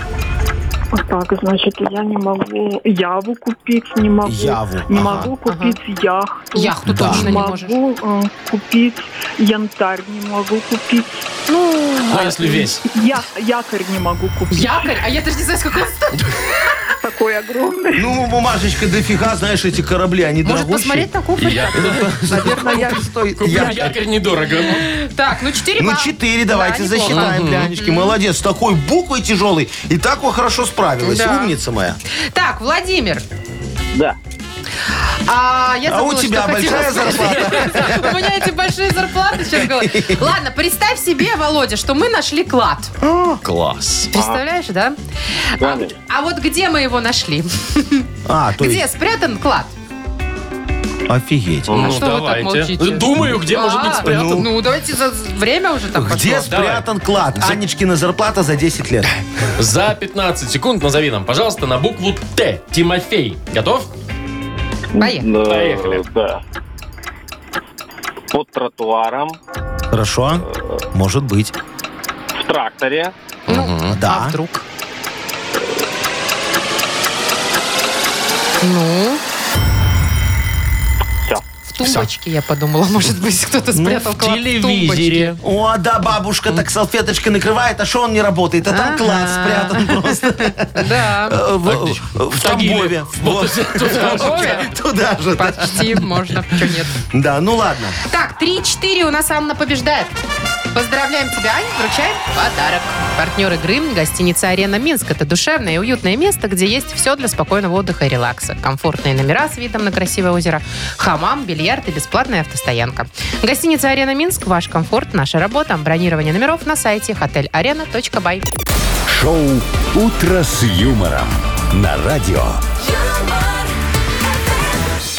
Speaker 7: Так, значит, я не могу яву купить, не могу.
Speaker 4: Яву,
Speaker 7: Не
Speaker 4: ага.
Speaker 7: могу купить яхту.
Speaker 3: Яхту
Speaker 4: Да.
Speaker 3: точно
Speaker 7: Не
Speaker 3: не можешь.
Speaker 7: могу э, купить янтарь, не могу купить.
Speaker 2: Ну, если весь.
Speaker 7: Я, якорь не могу купить.
Speaker 3: Якорь? А я даже не знаю, с какого ста-
Speaker 7: Такой огромный.
Speaker 4: Ну, бумажечка, дофига, знаешь, эти корабли, они
Speaker 3: Может,
Speaker 4: дорогущие.
Speaker 3: посмотреть на
Speaker 2: И
Speaker 3: кухню?
Speaker 2: Я.
Speaker 4: Наверное, я стоит.
Speaker 2: Купил якорь недорого.
Speaker 3: Так, ну 4
Speaker 4: Ну, четыре давайте засчитаем для Анечки. Молодец, с такой буквой тяжелой. И так вот хорошо справилась.
Speaker 3: Да.
Speaker 4: Умница моя.
Speaker 3: Так, Владимир.
Speaker 6: Да.
Speaker 3: А, я
Speaker 4: А у
Speaker 3: забыла,
Speaker 4: тебя
Speaker 3: что хотела
Speaker 4: большая
Speaker 3: сказать.
Speaker 4: зарплата?
Speaker 3: У меня эти большие зарплаты сейчас говорят. Ладно, представь себе, Володя, что мы нашли клад.
Speaker 4: А.
Speaker 2: Класс.
Speaker 3: Представляешь, да? А,
Speaker 6: Правильно.
Speaker 3: а вот где мы его нашли?
Speaker 4: А, то
Speaker 3: Где
Speaker 4: есть...
Speaker 3: спрятан клад?
Speaker 4: Офигеть.
Speaker 2: Ну,
Speaker 3: А что вы так
Speaker 2: давайте.
Speaker 3: молчите?
Speaker 2: Думаю, где может быть
Speaker 3: А,
Speaker 2: спрятан.
Speaker 3: Ну, ну, давайте за время уже там
Speaker 4: Где
Speaker 3: пошло.
Speaker 2: Давай.
Speaker 4: спрятан клад? Анечкина зарплата за 10 лет.
Speaker 2: За 15 секунд назови нам, пожалуйста, на букву Т. Тимофей. Готов?
Speaker 3: Поехали.
Speaker 6: Да,
Speaker 2: Поехали.
Speaker 6: Да. Под тротуаром,
Speaker 4: Хорошо. Может быть.
Speaker 6: в тракторе,
Speaker 3: А
Speaker 4: Да.
Speaker 3: вдруг? Ну,
Speaker 6: все.
Speaker 3: в тумбочке, я подумала, может быть, кто-то
Speaker 4: Ну,
Speaker 3: спрятал клад в тумбочке.
Speaker 4: О, да, бабушка так салфеточкой накрывает, а что он не работает? А там
Speaker 3: Ага.
Speaker 4: клад спрятан просто.
Speaker 3: Да,
Speaker 4: Э,
Speaker 2: Так,
Speaker 4: В
Speaker 2: где?
Speaker 4: в Тамбове.
Speaker 2: Вот.
Speaker 4: Вот. Туда же. А, да.
Speaker 3: почти можно, Чё нет.
Speaker 4: Да, ну ладно.
Speaker 3: Так, 3-4 у нас Анна побеждает. Поздравляем тебя, Аня, вручаем подарок. Партнер игры – гостиница «Арена Минск». Это душевное и уютное место, где есть все для спокойного отдыха и релакса. Комфортные номера с видом на красивое озеро, хамам, бильярд и бесплатная автостоянка. Гостиница «Арена Минск» – ваш комфорт, наша работа. Бронирование номеров на сайте hotelarena.by.
Speaker 1: Шоу «Утро с юмором» на радио.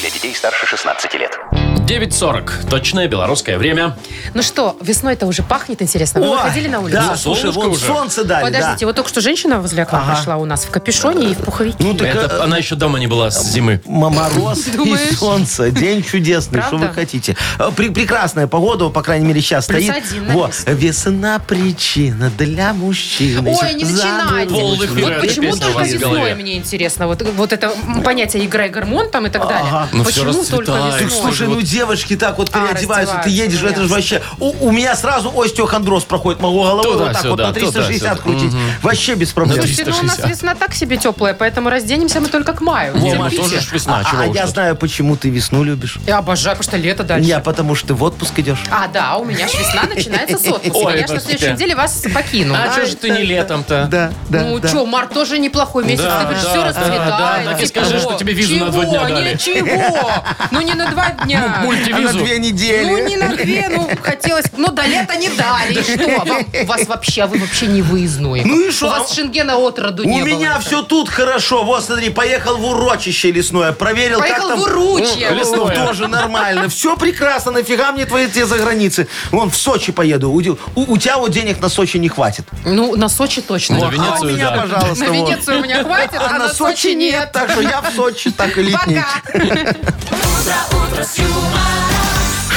Speaker 5: Для детей старше 16 лет.
Speaker 2: 9.40. Точное белорусское время.
Speaker 3: Ну что, весной-то уже пахнет, интересно. Вы
Speaker 4: Ой,
Speaker 3: выходили на улицу?
Speaker 4: Да, слушай,
Speaker 2: Солнышко
Speaker 4: вон
Speaker 2: уже.
Speaker 4: солнце дали. да.
Speaker 3: Подождите, вот только что женщина возле окна
Speaker 4: Ага.
Speaker 3: прошла у нас в капюшоне и в пуховике.
Speaker 4: Ну, так,
Speaker 2: Это она еще дома не была с зимы.
Speaker 4: М- Мороз и
Speaker 3: Думаешь?
Speaker 4: солнце. День чудесный, что
Speaker 3: Правда?
Speaker 4: вы хотите. Э, пре- прекрасная погода, по крайней мере, сейчас
Speaker 3: Плюс
Speaker 4: стоит.
Speaker 3: один на
Speaker 4: Во,
Speaker 3: месяц.
Speaker 4: весна причина для мужчин.
Speaker 3: Ой, не
Speaker 4: За
Speaker 3: начинайте.
Speaker 4: дорогу.
Speaker 2: Пол эфира
Speaker 3: Вот
Speaker 2: эта
Speaker 3: почему
Speaker 2: песня у
Speaker 3: только
Speaker 2: вас в голове.
Speaker 3: весной, мне интересно. Вот, вот это м, понятие игра и гормон там и так далее.
Speaker 2: Ну, всё
Speaker 3: почему
Speaker 2: расцветает.
Speaker 3: только
Speaker 2: Так
Speaker 3: весной?
Speaker 4: Так слушай,
Speaker 2: Вот.
Speaker 4: ну девочки так вот
Speaker 3: А,
Speaker 4: переодеваются, ты
Speaker 3: раздеваются,
Speaker 4: едешь,
Speaker 3: ну,
Speaker 4: это же вообще... У, у меня сразу остеохондроз проходит, могу головой
Speaker 2: Туда,
Speaker 4: вот так
Speaker 2: сюда,
Speaker 4: вот на
Speaker 2: туда,
Speaker 4: 360
Speaker 2: сюда.
Speaker 4: крутить. Вообще без проблем.
Speaker 3: Слушайте, ну у нас
Speaker 2: 360.
Speaker 3: весна так себе теплая, поэтому разденемся мы только к маю.
Speaker 2: Не, ну
Speaker 3: Терпите.
Speaker 2: тоже ж весна,
Speaker 4: а,
Speaker 2: чего
Speaker 4: а
Speaker 2: уж
Speaker 4: я
Speaker 2: тут.
Speaker 4: знаю, почему ты весну любишь.
Speaker 3: Я обожаю, потому что лето дальше.
Speaker 4: Я потому что ты в отпуск идешь.
Speaker 3: А, да, у меня ж весна начинается с отпуска.
Speaker 2: Ой,
Speaker 3: Я ж на
Speaker 2: это
Speaker 3: следующей
Speaker 2: тебя.
Speaker 3: неделе вас покину.
Speaker 2: А что же ты не летом-то?
Speaker 4: Да, да,
Speaker 3: ну
Speaker 4: да.
Speaker 3: что, март тоже неплохой месяц,
Speaker 2: Да,
Speaker 3: ты говоришь,
Speaker 2: да,
Speaker 3: все
Speaker 2: да,
Speaker 3: расцветает.
Speaker 2: да, да. Так и скажи,
Speaker 3: тепло.
Speaker 2: что тебе визу на два
Speaker 3: Чего?
Speaker 2: дня дали.
Speaker 3: Ничего, ну не на два дня.
Speaker 4: А на
Speaker 2: Мультивизу.
Speaker 4: две недели.
Speaker 3: Ну, не на две, ну, хотелось... Ну, до лета не дали. И что? А Вам- вас вообще, а вы вообще не выездные.
Speaker 4: Ну и шо?
Speaker 3: У вас шенгена от роду не
Speaker 4: У
Speaker 3: было.
Speaker 4: меня все тут хорошо. Вот, смотри, поехал в урочище лесное, проверил,
Speaker 3: Поехал
Speaker 4: как там...
Speaker 3: в уручье.
Speaker 4: Ну,
Speaker 2: Лесное.
Speaker 4: Тоже нормально. Все прекрасно. Нафига мне твои те за границы? Вон, в Сочи поеду. У, де- у- у тебя вот денег на Сочи не хватит.
Speaker 3: Ну, на Сочи точно. А
Speaker 2: На
Speaker 4: А у
Speaker 2: Венецию,
Speaker 4: меня,
Speaker 2: да.
Speaker 4: пожалуйста,
Speaker 3: На
Speaker 4: вот.
Speaker 3: Венецию у меня хватит,
Speaker 4: А на Сочи нет. Так что я в Сочи так и летний.
Speaker 3: Пока.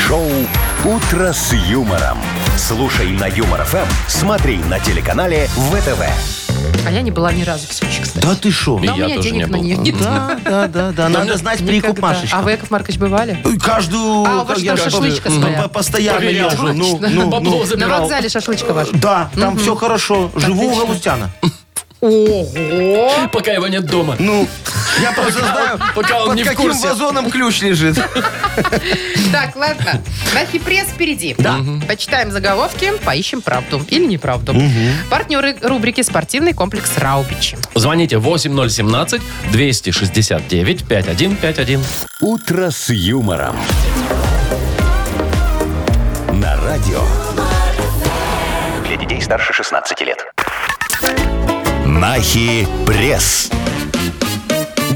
Speaker 1: Шоу «Утро с юмором». Слушай на Юмор ФМ, смотри на телеканале ВТВ.
Speaker 3: А я не была ни разу в Сочи, кстати.
Speaker 4: Да ты шо?
Speaker 2: И
Speaker 3: Да, у
Speaker 2: я
Speaker 3: меня
Speaker 2: тоже
Speaker 3: денег
Speaker 2: не
Speaker 3: на
Speaker 2: был.
Speaker 3: нее нет.
Speaker 4: Да, да, да, да. Надо знать прикуп
Speaker 3: Никогда. А
Speaker 4: Машечка.
Speaker 3: вы, Яков Маркович, бывали?
Speaker 4: Ой, Каждую...
Speaker 3: А, у вас
Speaker 4: как
Speaker 3: же
Speaker 4: я
Speaker 3: там
Speaker 4: говорю,
Speaker 3: шашлычка
Speaker 4: п-
Speaker 3: своя.
Speaker 4: п- Постоянно
Speaker 2: Проверял.
Speaker 4: езжу. Ну,
Speaker 3: Точно.
Speaker 4: ну,
Speaker 2: Бабло
Speaker 4: ну.
Speaker 2: забирал.
Speaker 3: На вокзале шашлычка ваша.
Speaker 4: Да, там все хорошо. Живу у Галустяна.
Speaker 3: Ого!
Speaker 2: Пока его нет дома.
Speaker 4: Ну, я просто знаю,
Speaker 2: пока он
Speaker 4: под
Speaker 2: не в
Speaker 4: каким
Speaker 2: курсе.
Speaker 4: вазоном ключ лежит.
Speaker 3: Так, ладно. Нахи пресс впереди. Да. Почитаем заголовки, поищем правду или неправду. Партнеры рубрики «Спортивный комплекс Раубичи».
Speaker 2: Звоните 8017-269-5151.
Speaker 1: «Утро с юмором». На радио.
Speaker 5: Для детей старше 16 лет.
Speaker 1: Нахи пресс.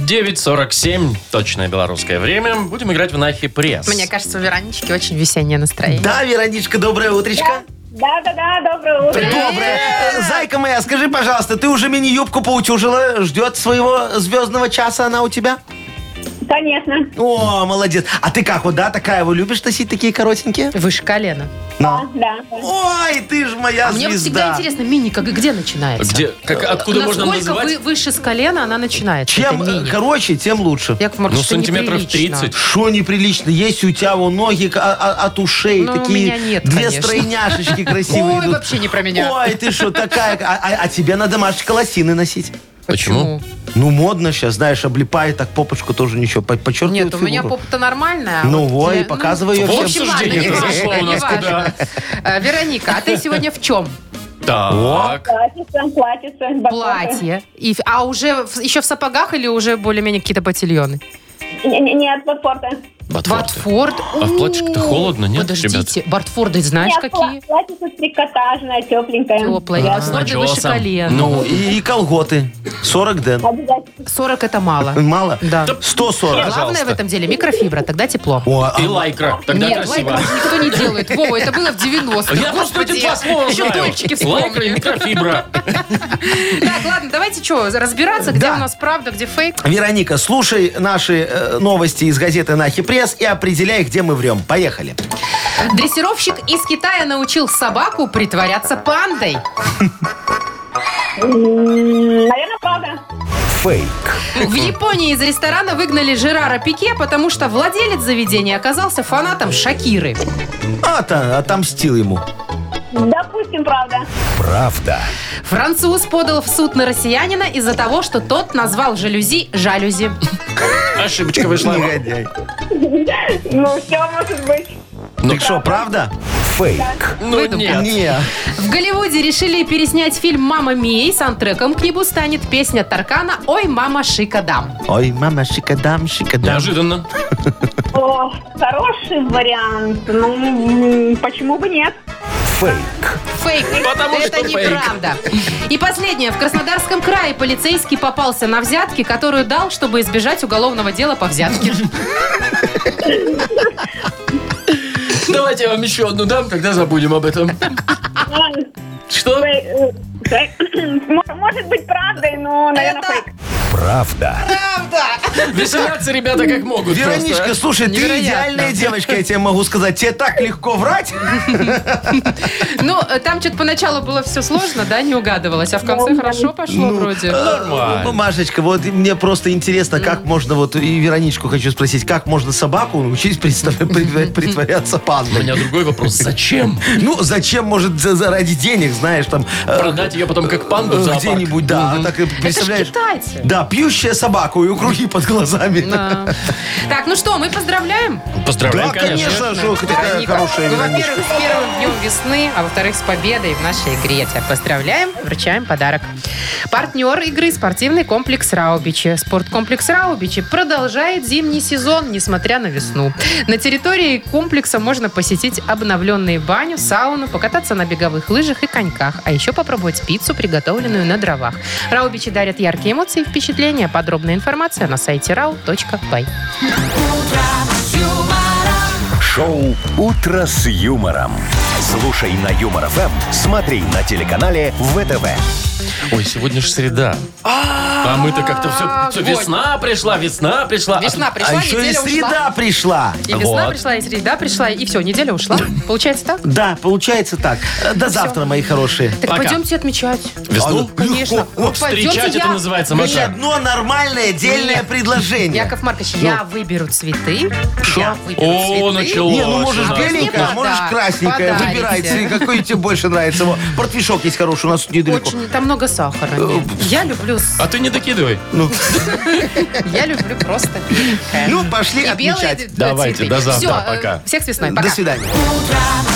Speaker 2: 9.47, точное белорусское время. Будем играть в Нахи Пресс.
Speaker 3: Мне кажется, у Веронички очень весеннее настроение.
Speaker 4: Да, Вероничка, доброе утречко.
Speaker 9: Да-да-да, доброе утро.
Speaker 4: Доброе. Э, Зайка моя, скажи, пожалуйста, ты уже мини-юбку поутюжила? Ждет своего звездного часа она у тебя?
Speaker 9: Конечно.
Speaker 4: О, молодец. А ты как, вот, да, такая, вот любишь носить такие коротенькие?
Speaker 3: Выше колена.
Speaker 9: Да, да.
Speaker 4: Ой, ты ж моя
Speaker 3: А мне вот всегда
Speaker 4: звезда.
Speaker 3: интересно, мини как и где начинается?
Speaker 2: Где, как, откуда можно
Speaker 3: Насколько
Speaker 2: называть?
Speaker 3: вы, выше с колена она начинается?
Speaker 4: Чем
Speaker 3: эта
Speaker 4: э,
Speaker 3: мини?
Speaker 4: короче, тем лучше.
Speaker 3: Яков Маркович,
Speaker 2: Ну,
Speaker 3: это
Speaker 2: сантиметров
Speaker 3: неприлично.
Speaker 2: 30.
Speaker 4: Что неприлично, есть у тебя вон ноги к- а- а- от ушей,
Speaker 3: Ну, у
Speaker 4: такие
Speaker 3: меня нет,
Speaker 4: две
Speaker 3: конечно.
Speaker 4: стройняшечки красивые
Speaker 3: Ой,
Speaker 4: идут.
Speaker 3: вообще не про меня.
Speaker 4: Ой, ты что, такая, а, а- а тебе надо, Машечка, лосины носить.
Speaker 2: Почему?
Speaker 4: Ну, модно сейчас, знаешь, облипает так попочку тоже ничего, по- подчеркивает
Speaker 3: Нет, у меня
Speaker 4: фигуру.
Speaker 3: попа-то нормальная. а
Speaker 4: Ну,
Speaker 3: вот
Speaker 4: во, и
Speaker 3: для-
Speaker 4: показывай её
Speaker 3: в
Speaker 4: всем.
Speaker 3: общем, ладно,
Speaker 2: Обсуждение
Speaker 3: не
Speaker 2: произошло
Speaker 3: важно,
Speaker 2: у
Speaker 3: не
Speaker 2: нас
Speaker 3: важно. Э, Вероника, а ты сегодня в чем?
Speaker 2: Так.
Speaker 9: Платьице, платьице, бокосы.
Speaker 3: Платье. И, в- а уже в- еще в сапогах или уже более-менее какие-то ботильоны?
Speaker 9: Не- не- Нет, ботфорты.
Speaker 2: Ботфорты.
Speaker 3: Ботфорд.
Speaker 2: А в платьишко-то холодно, нет,
Speaker 3: Подождите, ботфорды знаешь
Speaker 9: Нет, пла-
Speaker 3: какие?
Speaker 9: платьице трикотажное, тепленькое.
Speaker 3: Теплые.
Speaker 9: Я-
Speaker 2: С
Speaker 3: Ботфорды выше
Speaker 2: начесом.
Speaker 3: колена.
Speaker 4: Ну, и, и колготы. 40 ден.
Speaker 9: Обязательно.
Speaker 3: 40 это мало.
Speaker 2: Ну,
Speaker 4: Мало?
Speaker 3: Да.
Speaker 4: 140.
Speaker 3: Главное в этом деле микрофибра, тогда тепло.
Speaker 4: О, а-
Speaker 2: И лайкра. Тогда
Speaker 3: Нет,
Speaker 2: красиво.
Speaker 3: лайков никто не делает. Вова, это было в 90-х.
Speaker 2: Я просто
Speaker 3: Господи,
Speaker 2: эти два слова
Speaker 3: Еще
Speaker 2: знаю.
Speaker 3: мальчики
Speaker 2: Лайкра и
Speaker 3: вспомнили.
Speaker 2: микрофибра.
Speaker 3: Так, ладно, давайте что, разбираться, где
Speaker 4: Да.
Speaker 3: у нас правда, где фейк.
Speaker 4: а, Вероника, слушай наши э, новости из газеты «Нахи Пресс» и определяй, где мы врем. Поехали.
Speaker 3: Дрессировщик из Китая научил собаку притворяться пандой.
Speaker 9: М, Наверное, правда.
Speaker 1: Фейк.
Speaker 3: В Японии из ресторана выгнали Жерара Пике, потому что владелец заведения оказался фанатом Шакиры.
Speaker 4: А, та, отомстил ему.
Speaker 9: Допустим, правда.
Speaker 1: Правда.
Speaker 3: Француз подал в суд на россиянина из-за того, что тот назвал жалюзи жалюзи.
Speaker 2: Ошибочка вышла.
Speaker 4: Негодяй.
Speaker 9: Ну, все может быть.
Speaker 4: Ну что, правда?
Speaker 1: Фейк.
Speaker 2: Ну нет.
Speaker 4: Не.
Speaker 3: В Голливуде решили переснять фильм «Мама Мия» и саундтреком к нему станет песня Таркана «Ой, мама, шикадам».
Speaker 4: Ой, мама, шикадам, шикадам.
Speaker 2: Неожиданно.
Speaker 9: О, хороший вариант. Ну, м, почему бы нет?
Speaker 1: Фейк.
Speaker 3: Фейк.
Speaker 2: Потому
Speaker 3: Это
Speaker 2: что фейк.
Speaker 3: неправда. И последнее. В Краснодарском крае полицейский попался на взятки, которую дал, чтобы избежать уголовного дела по взятке.
Speaker 2: Давайте я вам еще одну дам, тогда забудем об этом. Что?
Speaker 9: Э, э,
Speaker 7: eh,
Speaker 9: э, Может быть, правдой, но, наверное,
Speaker 3: Это-
Speaker 9: фейк.
Speaker 1: Правда.
Speaker 2: Веселятся ребята как могут.
Speaker 4: Вероничка, слушай, ты
Speaker 3: Невероятно.
Speaker 4: идеальная девочка, я тебе могу сказать. Тебе так легко врать.
Speaker 3: Ну, э, там что-то поначалу было все сложно, да, не угадывалось, а в конце хорошо пошло вроде.
Speaker 4: Ну, Машечка, вот и мне просто интересно, как можно, вот и Вероничку хочу спросить, как можно собаку научить представ- притва- притворяться
Speaker 2: У
Speaker 4: пандой?
Speaker 2: меня другой вопрос. Зачем?
Speaker 4: Ну, зачем, может, за- за- ради денег, знаешь, там... э,
Speaker 2: Продать ее потом как панду в
Speaker 4: э,
Speaker 2: зоопарк?
Speaker 4: Где-нибудь, да, так и
Speaker 3: Это ж
Speaker 4: представляешь...
Speaker 3: китайцы.
Speaker 4: Да, пьющая собака, у нее круги под глазами.
Speaker 3: Да. Так, ну что, мы поздравляем.
Speaker 2: Поздравляем,
Speaker 4: Да, конечно, что такая
Speaker 3: Веронику.
Speaker 4: хорошая
Speaker 3: Ну,
Speaker 4: Вероничка.
Speaker 3: во-первых, с первым днем весны, а во-вторых, с победой в нашей игре. Тебя поздравляем, вручаем подарок. Партнер игры – спортивный комплекс «Раубичи». Спорткомплекс «Раубичи» продолжает зимний сезон, несмотря на весну. На территории комплекса можно посетить обновленные баню, сауну, покататься на беговых лыжах и коньках, а еще попробовать пиццу, приготовленную на дровах. «Раубичи» дарят яркие эмоции и впечатления. Подробная информация на сайте rau.by.
Speaker 1: Шоу «Утро с юмором». Слушай на Юмор ФМ, смотри на телеканале ВТВ.
Speaker 2: Ой, сегодня же среда. А мы-то как-то все...
Speaker 3: вот.
Speaker 2: Весна пришла, весна пришла. А-
Speaker 3: Весна
Speaker 4: А
Speaker 3: пришла,
Speaker 4: еще и
Speaker 3: неделя ушла.
Speaker 4: среда пришла.
Speaker 3: И весна
Speaker 2: Вот.
Speaker 3: пришла, и среда пришла, и все, неделя ушла. Получается так?
Speaker 4: Да, получается так. Э, До завтра, мои хорошие.
Speaker 3: Так
Speaker 2: Пока.
Speaker 3: пойдемте отмечать.
Speaker 2: Весну?
Speaker 4: А,
Speaker 3: Конечно. ну,
Speaker 4: легко. О,
Speaker 2: Встречать
Speaker 3: Пойдемте
Speaker 2: это
Speaker 3: я-
Speaker 2: называется,
Speaker 4: Ни
Speaker 2: Маша.
Speaker 4: одно нормальное дельное
Speaker 3: Нет.
Speaker 4: предложение.
Speaker 3: Яков Маркович, я выберу цветы. Я выберу
Speaker 2: Ну. О,
Speaker 3: цветы.
Speaker 2: началось.
Speaker 4: Не, ну можешь
Speaker 2: у нас.
Speaker 4: беленькое,
Speaker 3: Мне
Speaker 4: можешь
Speaker 3: пода-
Speaker 4: красненькое.
Speaker 3: подарите.
Speaker 4: Выбирай, цвет, какой тебе больше нравится. Во, Портвишок есть хороший, у нас тут недалеко.
Speaker 3: Очень, там много
Speaker 4: Э,
Speaker 3: сахара. нет. Я люблю, с-
Speaker 2: А ты не докидывай. А-
Speaker 3: я люблю просто
Speaker 4: Ну, пошли
Speaker 3: И белые
Speaker 4: отмечать.
Speaker 3: цветы.
Speaker 2: Давайте, до завтра,
Speaker 3: Всё, э,
Speaker 2: пока.
Speaker 3: Всех с весной,
Speaker 4: До
Speaker 3: пока.
Speaker 4: свидания.
Speaker 10: утро